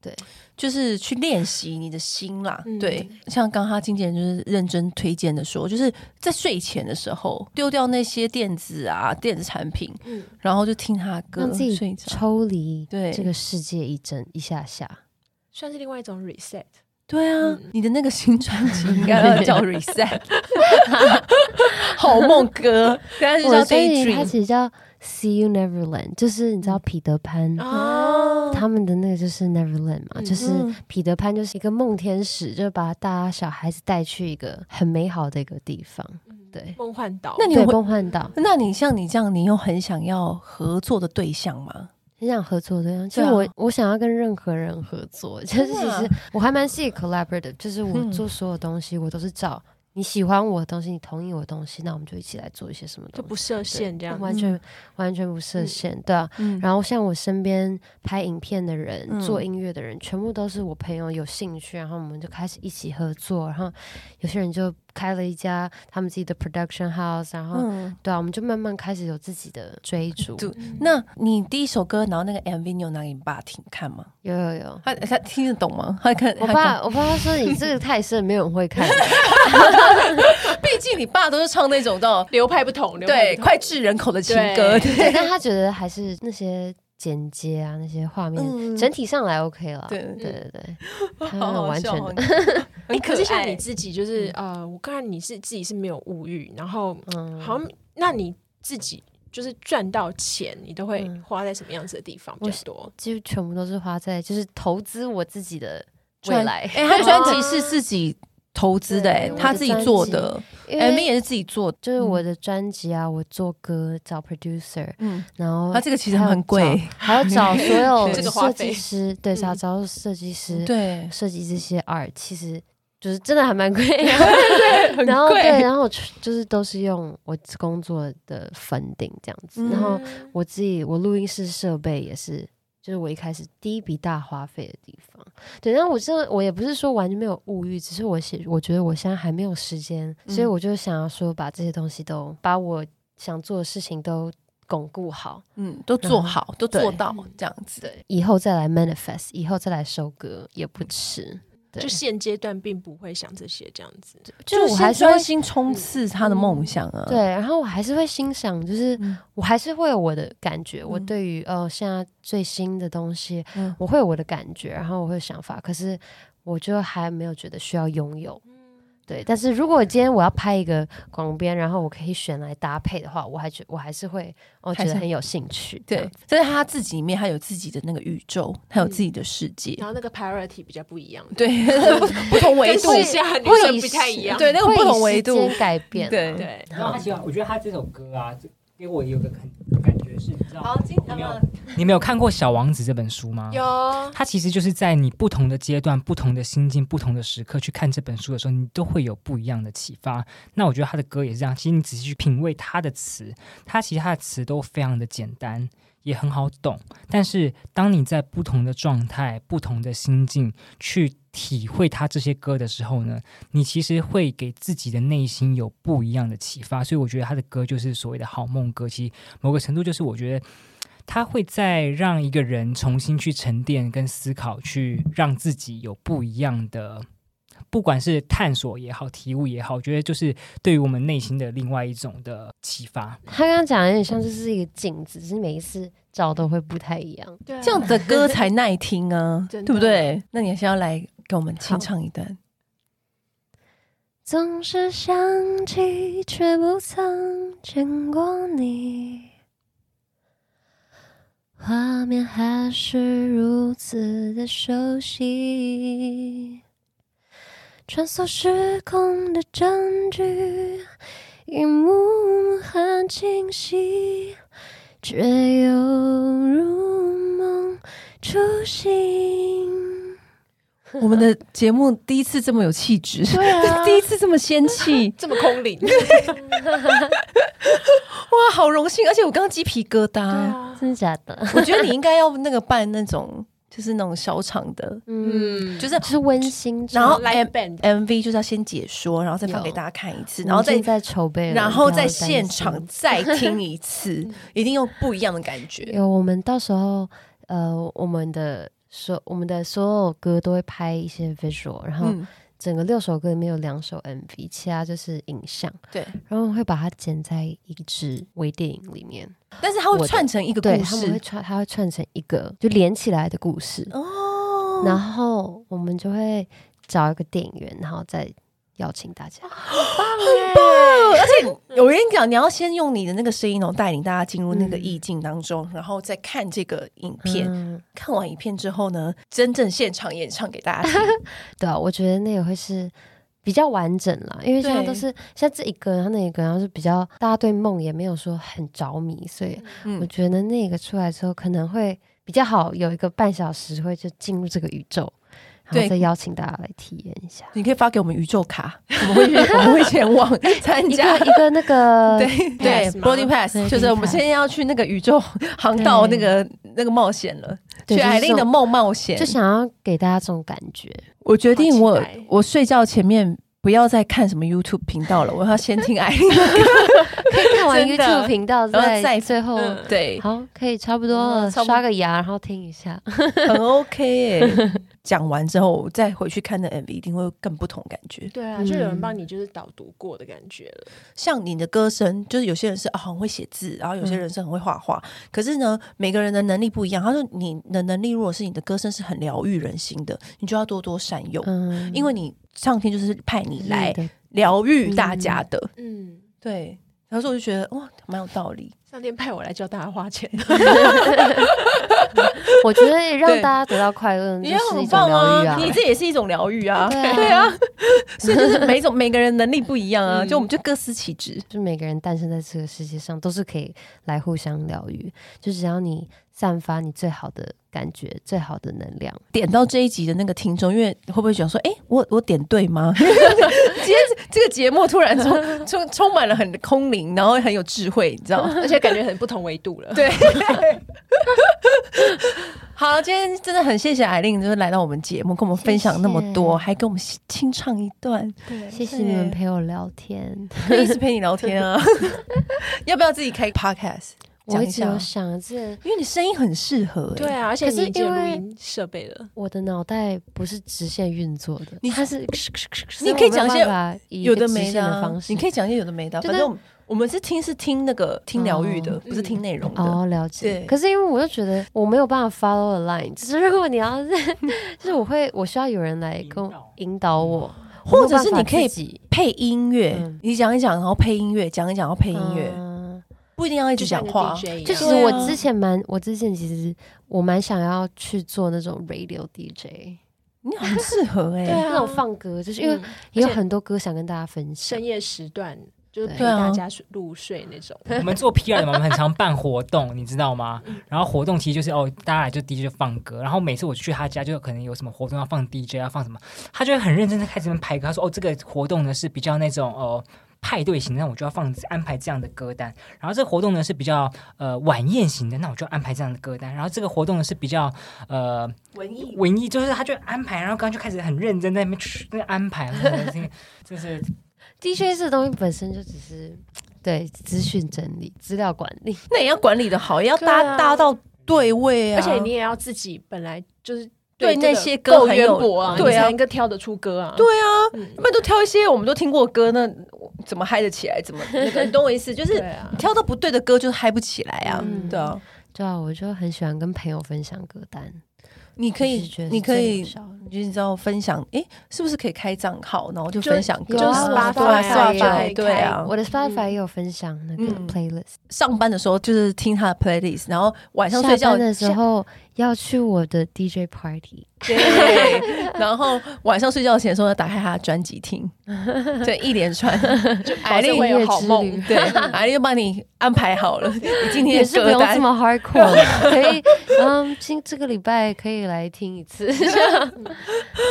[SPEAKER 3] 对，
[SPEAKER 1] 就是去练习你的心啦。
[SPEAKER 2] 嗯
[SPEAKER 1] 对，像刚刚他经纪人就是认真推荐的说，就是在睡前的时候丢掉那些电子啊、电子产品，
[SPEAKER 2] 嗯
[SPEAKER 1] 然后就听他的歌
[SPEAKER 3] 让自己
[SPEAKER 1] 睡着。
[SPEAKER 3] 抽离
[SPEAKER 1] 对
[SPEAKER 3] 这个世界一阵一下下。
[SPEAKER 2] 算是另外一种 reset。
[SPEAKER 1] 对啊，
[SPEAKER 2] 嗯
[SPEAKER 1] 你的那个新专辑应该要 叫 Reset，好梦歌，但是
[SPEAKER 3] 我
[SPEAKER 1] 叫
[SPEAKER 3] 的专辑它
[SPEAKER 1] Daydream。嗯
[SPEAKER 3] 其实叫 See You Neverland，就是你知道彼得潘。
[SPEAKER 2] 哦，
[SPEAKER 3] 他们的那个就是 Neverland 嘛，
[SPEAKER 2] 嗯
[SPEAKER 3] 就是
[SPEAKER 1] 嗯
[SPEAKER 3] 彼得潘就是一个梦天使，就把大家小孩子带去一个很美好的一个地方，对，
[SPEAKER 2] 梦幻岛。
[SPEAKER 1] 嗯那你
[SPEAKER 3] 对，
[SPEAKER 1] 会
[SPEAKER 3] 梦幻岛
[SPEAKER 1] 那你像你这样，你有很想要合作的对象吗？
[SPEAKER 3] 很想合作对象，就
[SPEAKER 1] 对啊
[SPEAKER 3] 是我、我想要跟任何人合作，就是其
[SPEAKER 1] 真的啊
[SPEAKER 3] 实我还蛮是 collaborative，就是我
[SPEAKER 1] 嗯
[SPEAKER 3] 做所有东西我都是找你喜欢我的东西，你同意我的东西，那我们就一起来做一些什么
[SPEAKER 2] 就
[SPEAKER 3] 东西，
[SPEAKER 2] 不设限这样，
[SPEAKER 3] 完全、完全不设限，对啊，
[SPEAKER 1] 嗯，
[SPEAKER 3] 然后像我身边拍影片的人、
[SPEAKER 1] 嗯
[SPEAKER 3] 做音乐的人，全部都是我朋友有兴趣，然后我们就开始一起合作。然后有些人就开了一家他们自己的 production house，然后、
[SPEAKER 1] 嗯，
[SPEAKER 3] 对啊，我们就慢慢开始有自己的追逐。
[SPEAKER 1] 对
[SPEAKER 2] 嗯
[SPEAKER 1] 那你第一首歌，然后那个 MV 你有拿给你爸听看吗？
[SPEAKER 3] 有有有，
[SPEAKER 1] 他他听得懂吗？他看
[SPEAKER 3] 我
[SPEAKER 1] 他看，
[SPEAKER 3] 爸我爸说你这个太深，没有人 会看。
[SPEAKER 1] 毕竟你爸都是唱那种的，
[SPEAKER 2] 流派不同，流派
[SPEAKER 1] 对，
[SPEAKER 2] 不同
[SPEAKER 1] 脍炙人口的情歌，对
[SPEAKER 3] 对，但他觉得还是那些剪接啊，那些画面、
[SPEAKER 1] 嗯
[SPEAKER 3] 整体上来 OK 了。
[SPEAKER 1] 对
[SPEAKER 3] 对对对，他
[SPEAKER 1] 好
[SPEAKER 3] 们
[SPEAKER 1] 好
[SPEAKER 3] 完全
[SPEAKER 1] 笑
[SPEAKER 3] 的
[SPEAKER 1] 哦。
[SPEAKER 2] 哎、
[SPEAKER 1] 你
[SPEAKER 2] 可是像
[SPEAKER 1] 爱
[SPEAKER 2] 你自己，就是、呃，我看你是自己是没有物欲，然后
[SPEAKER 3] 嗯
[SPEAKER 2] 好像那你自己就是赚到钱，你都会
[SPEAKER 3] 嗯
[SPEAKER 2] 花在什么样子的地方比
[SPEAKER 3] 我
[SPEAKER 2] 较
[SPEAKER 3] 是
[SPEAKER 2] 多？
[SPEAKER 3] 几乎全部都是花在就是投资我自己的未
[SPEAKER 1] 专
[SPEAKER 3] 来，
[SPEAKER 1] 哎， 他专辑是自己投资的，哎
[SPEAKER 3] 对，
[SPEAKER 1] 他自己做的
[SPEAKER 3] 因
[SPEAKER 1] ，MV
[SPEAKER 3] 为
[SPEAKER 1] 也是自己做的，
[SPEAKER 3] 就是我的专辑啊，我做歌找 producer，
[SPEAKER 1] 嗯，
[SPEAKER 3] 然后
[SPEAKER 1] 他这个其实很贵，
[SPEAKER 3] 还要找所有
[SPEAKER 2] 这个花
[SPEAKER 3] 设
[SPEAKER 2] 费
[SPEAKER 3] 计师，对，
[SPEAKER 2] 嗯
[SPEAKER 3] 找找设计师
[SPEAKER 1] 对，
[SPEAKER 3] 设计这些 art，其实就是真的还蛮贵，对，
[SPEAKER 1] 很
[SPEAKER 3] 然后对，
[SPEAKER 1] 贵，
[SPEAKER 3] 然后我就是都是用我工作的 funding 这样子，
[SPEAKER 1] 嗯
[SPEAKER 3] 然后我自己我录音室设备也是，就是我一开始第一笔大花费的地方。对，但我真的我也不是说完全没有物欲，只是我写，我觉得我现在还没有时间，
[SPEAKER 1] 嗯
[SPEAKER 3] 所以我就想要说把这些东西都把我想做的事情都巩固好，
[SPEAKER 1] 嗯，都做好，都做
[SPEAKER 3] 对
[SPEAKER 1] 到这样子，
[SPEAKER 3] 对，以后再来 manifest，以后再来收割也不迟。对，
[SPEAKER 2] 就现阶段并不会想这些这样子。
[SPEAKER 1] 就
[SPEAKER 3] 我
[SPEAKER 1] 我
[SPEAKER 3] 还
[SPEAKER 1] 还
[SPEAKER 3] 是会
[SPEAKER 1] 专心冲刺他的梦想啊，
[SPEAKER 3] 对，，然后我还是会欣赏，就是、
[SPEAKER 1] 嗯
[SPEAKER 3] 我还是会有我的感觉。我
[SPEAKER 1] 嗯
[SPEAKER 3] 对于呃现在最新的东西，
[SPEAKER 1] 嗯
[SPEAKER 3] 我会有我的感觉，然后我会有想法，可是我就还没有觉得需要拥有。对，但是如果今天我要拍一个广编，然后我可以选来搭配的话，我还觉我还是会，我觉
[SPEAKER 1] 还
[SPEAKER 3] 得
[SPEAKER 1] 是
[SPEAKER 3] 很有兴趣。这
[SPEAKER 1] 对
[SPEAKER 3] 样，
[SPEAKER 1] 所以他自己里面他有自己的那个宇宙，他有自己的世界，
[SPEAKER 2] 然后那个 priority 比较不一样，
[SPEAKER 1] 对， 不不同维度
[SPEAKER 2] 跟，时下女
[SPEAKER 3] 会
[SPEAKER 2] 生
[SPEAKER 3] 以
[SPEAKER 2] 不太
[SPEAKER 3] 时
[SPEAKER 2] 一样。
[SPEAKER 1] 对，那个
[SPEAKER 3] 会
[SPEAKER 1] 不同
[SPEAKER 3] 以
[SPEAKER 1] 维
[SPEAKER 3] 时
[SPEAKER 1] 度
[SPEAKER 3] 间，改变。啊
[SPEAKER 1] 对
[SPEAKER 2] 对，
[SPEAKER 5] 然后他喜欢，我觉得他这首歌啊，这给我有个感感觉是，你知道，
[SPEAKER 1] 今呃
[SPEAKER 5] 你没有你没有看过《小王子》这本书吗？
[SPEAKER 2] 有
[SPEAKER 5] 它其实就是在你不同的阶段、不同的心境、不同的时刻去看这本书的时候，你都会有不一样的启发。那我觉得他的歌也是这样，其实你仔细去品味他的词，他其实他的词都非常的简单，也很好懂。但是当你在不同的状态、不同的心境去体会他这些歌的时候呢，你其实会给自己的内心有不一样的启发。所以我觉得他的歌就是所谓的好梦歌，其实某个程度就是我觉得它会再让一个人重新去沉淀跟思考，去让自己有不一样的，不管是探索也好，体悟也好，我觉得就是对于我们内心的另外一种的启发。
[SPEAKER 3] 他刚刚讲的有点像就是一个镜子，只是每一次照都会不太一样。
[SPEAKER 2] 对啊
[SPEAKER 1] 这样子的歌才耐听啊， 对
[SPEAKER 2] 真的
[SPEAKER 1] 不对？那你还是要来给我们清唱一段，
[SPEAKER 3] 总是想起，却不曾见过你，画面还是如此的熟悉。穿梭时空的证据，一幕幕很清晰，却又如梦初醒。
[SPEAKER 1] 我们的节目第一次这么有气质， 对啊，第一次这么仙气，
[SPEAKER 2] 这么空 灵，
[SPEAKER 1] 哇，好荣幸！而且我刚刚鸡皮疙瘩，
[SPEAKER 2] 啊
[SPEAKER 3] 真的假的？
[SPEAKER 1] 啊我觉得你应该要那个办那种，就是那种小场的，
[SPEAKER 3] 嗯，
[SPEAKER 2] 嗯，哎
[SPEAKER 1] 就是
[SPEAKER 3] 就是温馨中，
[SPEAKER 1] 然后
[SPEAKER 2] live
[SPEAKER 1] M
[SPEAKER 2] band
[SPEAKER 1] MV 就是要先解说，然后再放
[SPEAKER 3] 有
[SPEAKER 1] 给大家看一次，
[SPEAKER 3] 我
[SPEAKER 1] 然后
[SPEAKER 3] 们
[SPEAKER 1] 再
[SPEAKER 3] 正在筹备了，
[SPEAKER 1] 然后
[SPEAKER 3] 不要
[SPEAKER 1] 在
[SPEAKER 3] 担
[SPEAKER 1] 现
[SPEAKER 3] 心
[SPEAKER 1] 场再听一 次，一定有不一样的感觉。
[SPEAKER 3] 有，我们到时候呃，我们的所我们的所有歌都会拍一些 visual，然后
[SPEAKER 1] 嗯，
[SPEAKER 3] 整个六首歌里面有两首 MV，其他就是影像，
[SPEAKER 1] 对，
[SPEAKER 3] 然后会把它剪在一支微电影里面，
[SPEAKER 1] 但是它
[SPEAKER 3] 我
[SPEAKER 1] 会
[SPEAKER 3] 的
[SPEAKER 1] 串成一个
[SPEAKER 3] 对
[SPEAKER 1] 故
[SPEAKER 3] 他们会
[SPEAKER 1] 事
[SPEAKER 3] 串，它会串成一个就连起来的故事，
[SPEAKER 1] 哦
[SPEAKER 3] 然后我们就会找一个电影院，然后再邀请大家。
[SPEAKER 2] 哎
[SPEAKER 1] 而 且我跟你讲，你要先用你的那个声音，然后哦带领大家进入那个
[SPEAKER 3] 嗯
[SPEAKER 1] 意境当中，然后再看这个影片。
[SPEAKER 3] 嗯
[SPEAKER 1] 看完影片之后呢，真正现场演唱给大家 听。
[SPEAKER 3] 对啊，我觉得那也会是比较完整啦，因为现在都
[SPEAKER 1] 对
[SPEAKER 3] 是像这一个，然后那一个，然后是比较大家对梦也没有说很着迷，所以我
[SPEAKER 1] 嗯，
[SPEAKER 3] 觉得那个出来之后可能会比较好，有一个半小时会就进入这个宇宙，然后
[SPEAKER 1] 对
[SPEAKER 3] 再邀请大家来体验 一下。
[SPEAKER 1] 你可以发给我们宇宙卡，我们 会去我们会前往参
[SPEAKER 3] 一
[SPEAKER 1] 加
[SPEAKER 3] 个。一个那个
[SPEAKER 1] 对对
[SPEAKER 2] Pass 吗
[SPEAKER 1] ，boarding pass
[SPEAKER 3] 对
[SPEAKER 1] 就是
[SPEAKER 3] boarding
[SPEAKER 1] 我们
[SPEAKER 3] pass
[SPEAKER 1] 现在要去那个宇宙航道那
[SPEAKER 3] 对
[SPEAKER 1] 个那个冒险了，
[SPEAKER 3] 对
[SPEAKER 1] 去
[SPEAKER 3] 就是
[SPEAKER 1] 艾琳
[SPEAKER 3] 这
[SPEAKER 1] 的
[SPEAKER 3] 种
[SPEAKER 1] 梦冒险。
[SPEAKER 3] 就想要给大家这种感 觉，
[SPEAKER 1] 我决定
[SPEAKER 2] 好
[SPEAKER 1] 我
[SPEAKER 2] 期待
[SPEAKER 1] 我睡觉前面不要再看什么 YouTube 频道了，我要先听艾 琳的歌。
[SPEAKER 3] 可以看完
[SPEAKER 1] 真的
[SPEAKER 3] YouTube 频道，
[SPEAKER 1] 然后再
[SPEAKER 3] 再最后。
[SPEAKER 2] 嗯
[SPEAKER 1] 对，
[SPEAKER 3] 好，可以差不多了，
[SPEAKER 1] 嗯差不多
[SPEAKER 3] 刷个牙，然后听一下。
[SPEAKER 1] 很 OK 耶。讲完之后，我再回去看那 MV，一定会有更不同感觉。
[SPEAKER 2] 对啊，就有人帮你就是导读过的感觉了。
[SPEAKER 1] 像你的歌声，就是有些人是啊很会写字，然后有些人是很会画画。可是呢，每个人的能力不一样。他说你的能力如果是你的歌声是很疗愈人心的，你就要多多善用，
[SPEAKER 3] 嗯，
[SPEAKER 1] 因为你上天就是派你来
[SPEAKER 3] 对
[SPEAKER 1] 疗愈大家的。
[SPEAKER 2] 嗯，
[SPEAKER 1] 对，然后所以我就觉得哇，蛮有道理。
[SPEAKER 2] 上天派我来教大家花 钱，
[SPEAKER 3] 我觉得让
[SPEAKER 1] 对
[SPEAKER 3] 大家得到快乐，
[SPEAKER 1] 你
[SPEAKER 3] 就
[SPEAKER 1] 也
[SPEAKER 3] 是一
[SPEAKER 1] 很
[SPEAKER 3] 种
[SPEAKER 1] 棒
[SPEAKER 3] 疗愈啊。
[SPEAKER 1] 你这也是一种疗愈啊，
[SPEAKER 3] 对 啊
[SPEAKER 1] 对 啊，所以就是每种每个人能力不一样啊，就我们就各司其职。
[SPEAKER 3] 就每个人诞生在这个世界上，都是可以来互相疗愈。就只要你散发你最好的感觉、最好的能量，
[SPEAKER 1] 点到这一集的那个听众，因为会不会想说，哎、我我点对吗？ 今天这个节目突然充充充满了很空灵，然后很有智慧，你知道吗？
[SPEAKER 2] 而且感觉很不同维度了。
[SPEAKER 1] 对。 好，今天真的很谢谢艾琳，就是来到我们节目，跟我们分享那么多，
[SPEAKER 3] 谢谢
[SPEAKER 1] 还给我们清唱一段，
[SPEAKER 2] 对
[SPEAKER 3] 谢谢你们陪我聊天。
[SPEAKER 1] 一直陪你聊天啊。 要不要自己开 podcast
[SPEAKER 3] 我
[SPEAKER 1] 讲
[SPEAKER 3] 一
[SPEAKER 1] 一
[SPEAKER 3] 直
[SPEAKER 1] 下？哦
[SPEAKER 3] 有想，这
[SPEAKER 1] 因为你声音很适合、欸，
[SPEAKER 2] 对，啊，而且
[SPEAKER 3] 可是
[SPEAKER 2] 你已经有
[SPEAKER 3] 因
[SPEAKER 2] 录
[SPEAKER 3] 为
[SPEAKER 2] 音设备了，
[SPEAKER 3] 我的脑袋不是直线运作的，
[SPEAKER 1] 你
[SPEAKER 3] 它是，
[SPEAKER 1] 你可以讲一些
[SPEAKER 3] 些
[SPEAKER 1] 有的没的,、
[SPEAKER 3] 的方
[SPEAKER 1] 啊，
[SPEAKER 3] 式。
[SPEAKER 1] 你可以讲一些有的没的啊，
[SPEAKER 3] 就
[SPEAKER 1] 反
[SPEAKER 3] 那
[SPEAKER 1] 正我们我们是听是听那个听疗愈的，
[SPEAKER 3] 哦
[SPEAKER 1] 不是听内容的。
[SPEAKER 3] 哦，了解
[SPEAKER 1] 对。
[SPEAKER 3] 可是因为我就觉得我没有办法 follow the line，就是如果你要是， 就是我会我需要有人来跟
[SPEAKER 5] 引导
[SPEAKER 3] 我引导我，
[SPEAKER 1] 嗯或者是你可以
[SPEAKER 3] 以
[SPEAKER 1] 配音乐，
[SPEAKER 3] 嗯
[SPEAKER 1] 你讲一讲，然后配音乐，讲一讲，然后配音乐，
[SPEAKER 3] 嗯
[SPEAKER 1] 不一定要一
[SPEAKER 2] 就
[SPEAKER 1] 直
[SPEAKER 2] 像
[SPEAKER 1] 讲
[SPEAKER 2] 个
[SPEAKER 1] 话。
[SPEAKER 2] DJ 一样
[SPEAKER 3] 就其实
[SPEAKER 1] 对
[SPEAKER 3] 我
[SPEAKER 1] 啊
[SPEAKER 3] 之前蛮，我之前其实我蛮想要去做那种 radio DJ，
[SPEAKER 1] 你很适合 哎、
[SPEAKER 2] 对啊
[SPEAKER 3] 那种放歌，就是因为
[SPEAKER 2] 嗯
[SPEAKER 3] 也
[SPEAKER 2] 而
[SPEAKER 3] 有
[SPEAKER 2] 且
[SPEAKER 3] 很多歌想跟大家分享
[SPEAKER 2] 深。夜时段就是陪
[SPEAKER 1] 对啊
[SPEAKER 2] 大家睡入睡那种。
[SPEAKER 5] 我们做 PR 的嘛，我们很常办活动，你知道吗？然后活动其实就是哦，大家来就 DJ 就放歌，然后每次我去他家，就可能有什么活动要放 DJ 要放什么，他就会很认真的开始排歌。他说哦，这个活动呢是比较那种哦。派对型的，那我就要放安排这样的歌单。然后这个活动呢是比较呃晚宴型的，那我就安排这样的歌单。然后这个活动呢是比较呃
[SPEAKER 1] 文艺
[SPEAKER 5] 文艺，就是他就安排，然后刚刚就开始很认真在那边去那安排，我觉得这个 就是。
[SPEAKER 3] DJ 这东西本身就只是对资讯整理、资料管理，
[SPEAKER 1] 那也要管理的好，也要搭、
[SPEAKER 2] 对啊
[SPEAKER 1] 搭到对位啊。
[SPEAKER 2] 而且你也要自己本来就是
[SPEAKER 1] 对
[SPEAKER 2] 这个
[SPEAKER 1] 那些歌
[SPEAKER 2] 够
[SPEAKER 1] 很
[SPEAKER 2] 渊
[SPEAKER 1] 有
[SPEAKER 2] 博啊，
[SPEAKER 1] 对啊
[SPEAKER 2] 你才能够挑得出歌啊。
[SPEAKER 1] 对啊，
[SPEAKER 2] 嗯
[SPEAKER 1] 不然都挑一些我们都听过的歌，那我怎么嗨得起来？怎么那个？你懂我意思？就是
[SPEAKER 2] 对啊
[SPEAKER 1] 你挑到不对的歌，就是嗨不起来啊。
[SPEAKER 3] 嗯
[SPEAKER 1] 对啊，
[SPEAKER 3] 对啊，我就很喜欢跟朋友分享歌单。
[SPEAKER 1] 你可
[SPEAKER 3] 就是
[SPEAKER 1] 以
[SPEAKER 3] 觉得，
[SPEAKER 1] 你
[SPEAKER 3] 是最
[SPEAKER 1] 可以
[SPEAKER 3] 有效的
[SPEAKER 1] 就是你知道分享，诶，是不是可以开账号，然后就
[SPEAKER 2] 就
[SPEAKER 1] 分享歌？
[SPEAKER 3] 有啊
[SPEAKER 1] 对
[SPEAKER 3] 我
[SPEAKER 1] 对
[SPEAKER 3] Spotify 也
[SPEAKER 1] 对
[SPEAKER 2] 有
[SPEAKER 1] 对啊。
[SPEAKER 3] 我的 Spotify 也有分享那个
[SPEAKER 1] 嗯
[SPEAKER 3] playlist，、
[SPEAKER 1] 上班的时候就是听他的 playlist，然后晚上睡觉
[SPEAKER 3] 下班的时，候要去我的 DJ party。
[SPEAKER 1] 对，然后晚上睡觉前的时候要打开他的专辑听，对，一连串。
[SPEAKER 2] 就
[SPEAKER 1] 艾
[SPEAKER 2] 保
[SPEAKER 1] 丽
[SPEAKER 2] 证会有好
[SPEAKER 3] 音乐之
[SPEAKER 2] 梦
[SPEAKER 3] 旅。
[SPEAKER 1] 对，艾丽就帮你安排好了，你今天
[SPEAKER 3] 也
[SPEAKER 1] 的
[SPEAKER 3] 是不
[SPEAKER 1] 歌
[SPEAKER 3] 用
[SPEAKER 1] 单
[SPEAKER 3] 这。么 hardcore，可以，嗯，今这个礼拜可以来听一次，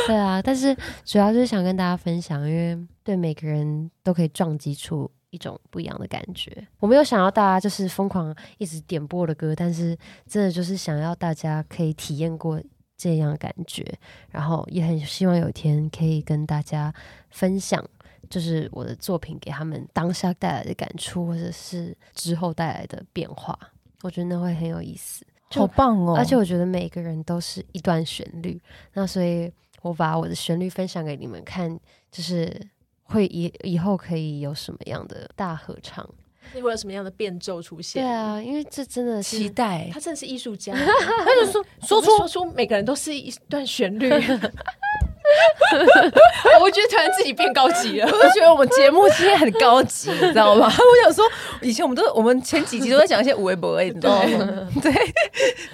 [SPEAKER 3] 对啊，但是主要就是想跟大家分享，因为对每个人都可以撞击出一种不一样的感觉。我没有想要大家就是疯狂一直点播我的歌，但是真的就是想要大家可以体验过这样的感觉，然后也很希望有一天可以跟大家分享。就是我的作品给他们当下带来的感触，或者是之后带来的变化，我觉得那会很有意思。就
[SPEAKER 1] 好棒哦！
[SPEAKER 3] 而且我觉得每个人都是一段旋律，那所以我把我的旋律分享给你们看，就是会以以后可以有什么样的大合唱？
[SPEAKER 2] 那会有什么样的变奏出现？
[SPEAKER 3] 对，啊，因为这真的是
[SPEAKER 1] 期待
[SPEAKER 2] 他真的是艺术 家，
[SPEAKER 1] 他就说说出
[SPEAKER 2] 我们说出每个人都是一段旋 律。我觉得突然自己变高级了，
[SPEAKER 1] 我就觉得我们节目今天很高级，你知道吗？ 我想说，以前我们都我们前几集都在讲一些无为不为，你知道吗？ 对，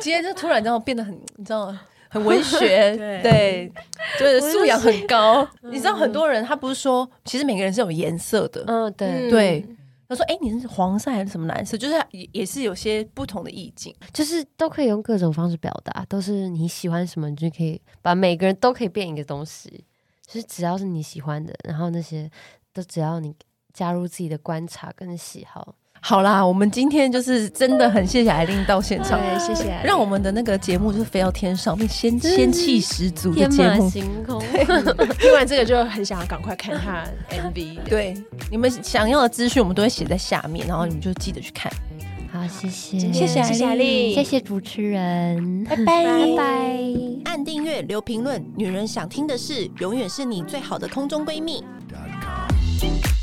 [SPEAKER 1] 今天就突然这样变得很，你知道吗？很文学， 对，嗯就是素养很高。你知道很多人他不是说，其实每个人是有颜色的，
[SPEAKER 3] 嗯，对，
[SPEAKER 1] 对。他说：“哎、你是黄色还是什么蓝色？就是也也是有些不同的意境。
[SPEAKER 3] 就是都可以用各种方式表达，都是你喜欢什么，你就可以把每个人都可以变一个东西，就是只要是你喜欢的，然后那些都只要你加入自己的观察跟喜好，
[SPEAKER 1] 好啦，我们今天就是真的很谢谢艾琳到现场，
[SPEAKER 2] 对，谢谢。
[SPEAKER 1] 让我们的那个节目就是飞到天上，并仙仙气十足的
[SPEAKER 3] 天
[SPEAKER 1] 节
[SPEAKER 3] 马
[SPEAKER 1] 目。
[SPEAKER 3] 行空。
[SPEAKER 2] 听完这个就很想要赶快看他 MV。
[SPEAKER 1] 对，你们想要的资讯我们都会写在下面，然后你们就记得去看。
[SPEAKER 3] 好，谢谢，
[SPEAKER 1] 谢谢
[SPEAKER 2] 谢谢艾丽，
[SPEAKER 3] 谢谢主持人，
[SPEAKER 1] 拜拜
[SPEAKER 3] 拜拜。
[SPEAKER 1] 按订阅，留评论，女人想听的事，永远是你最好的空中闺蜜。
[SPEAKER 6] Dot com.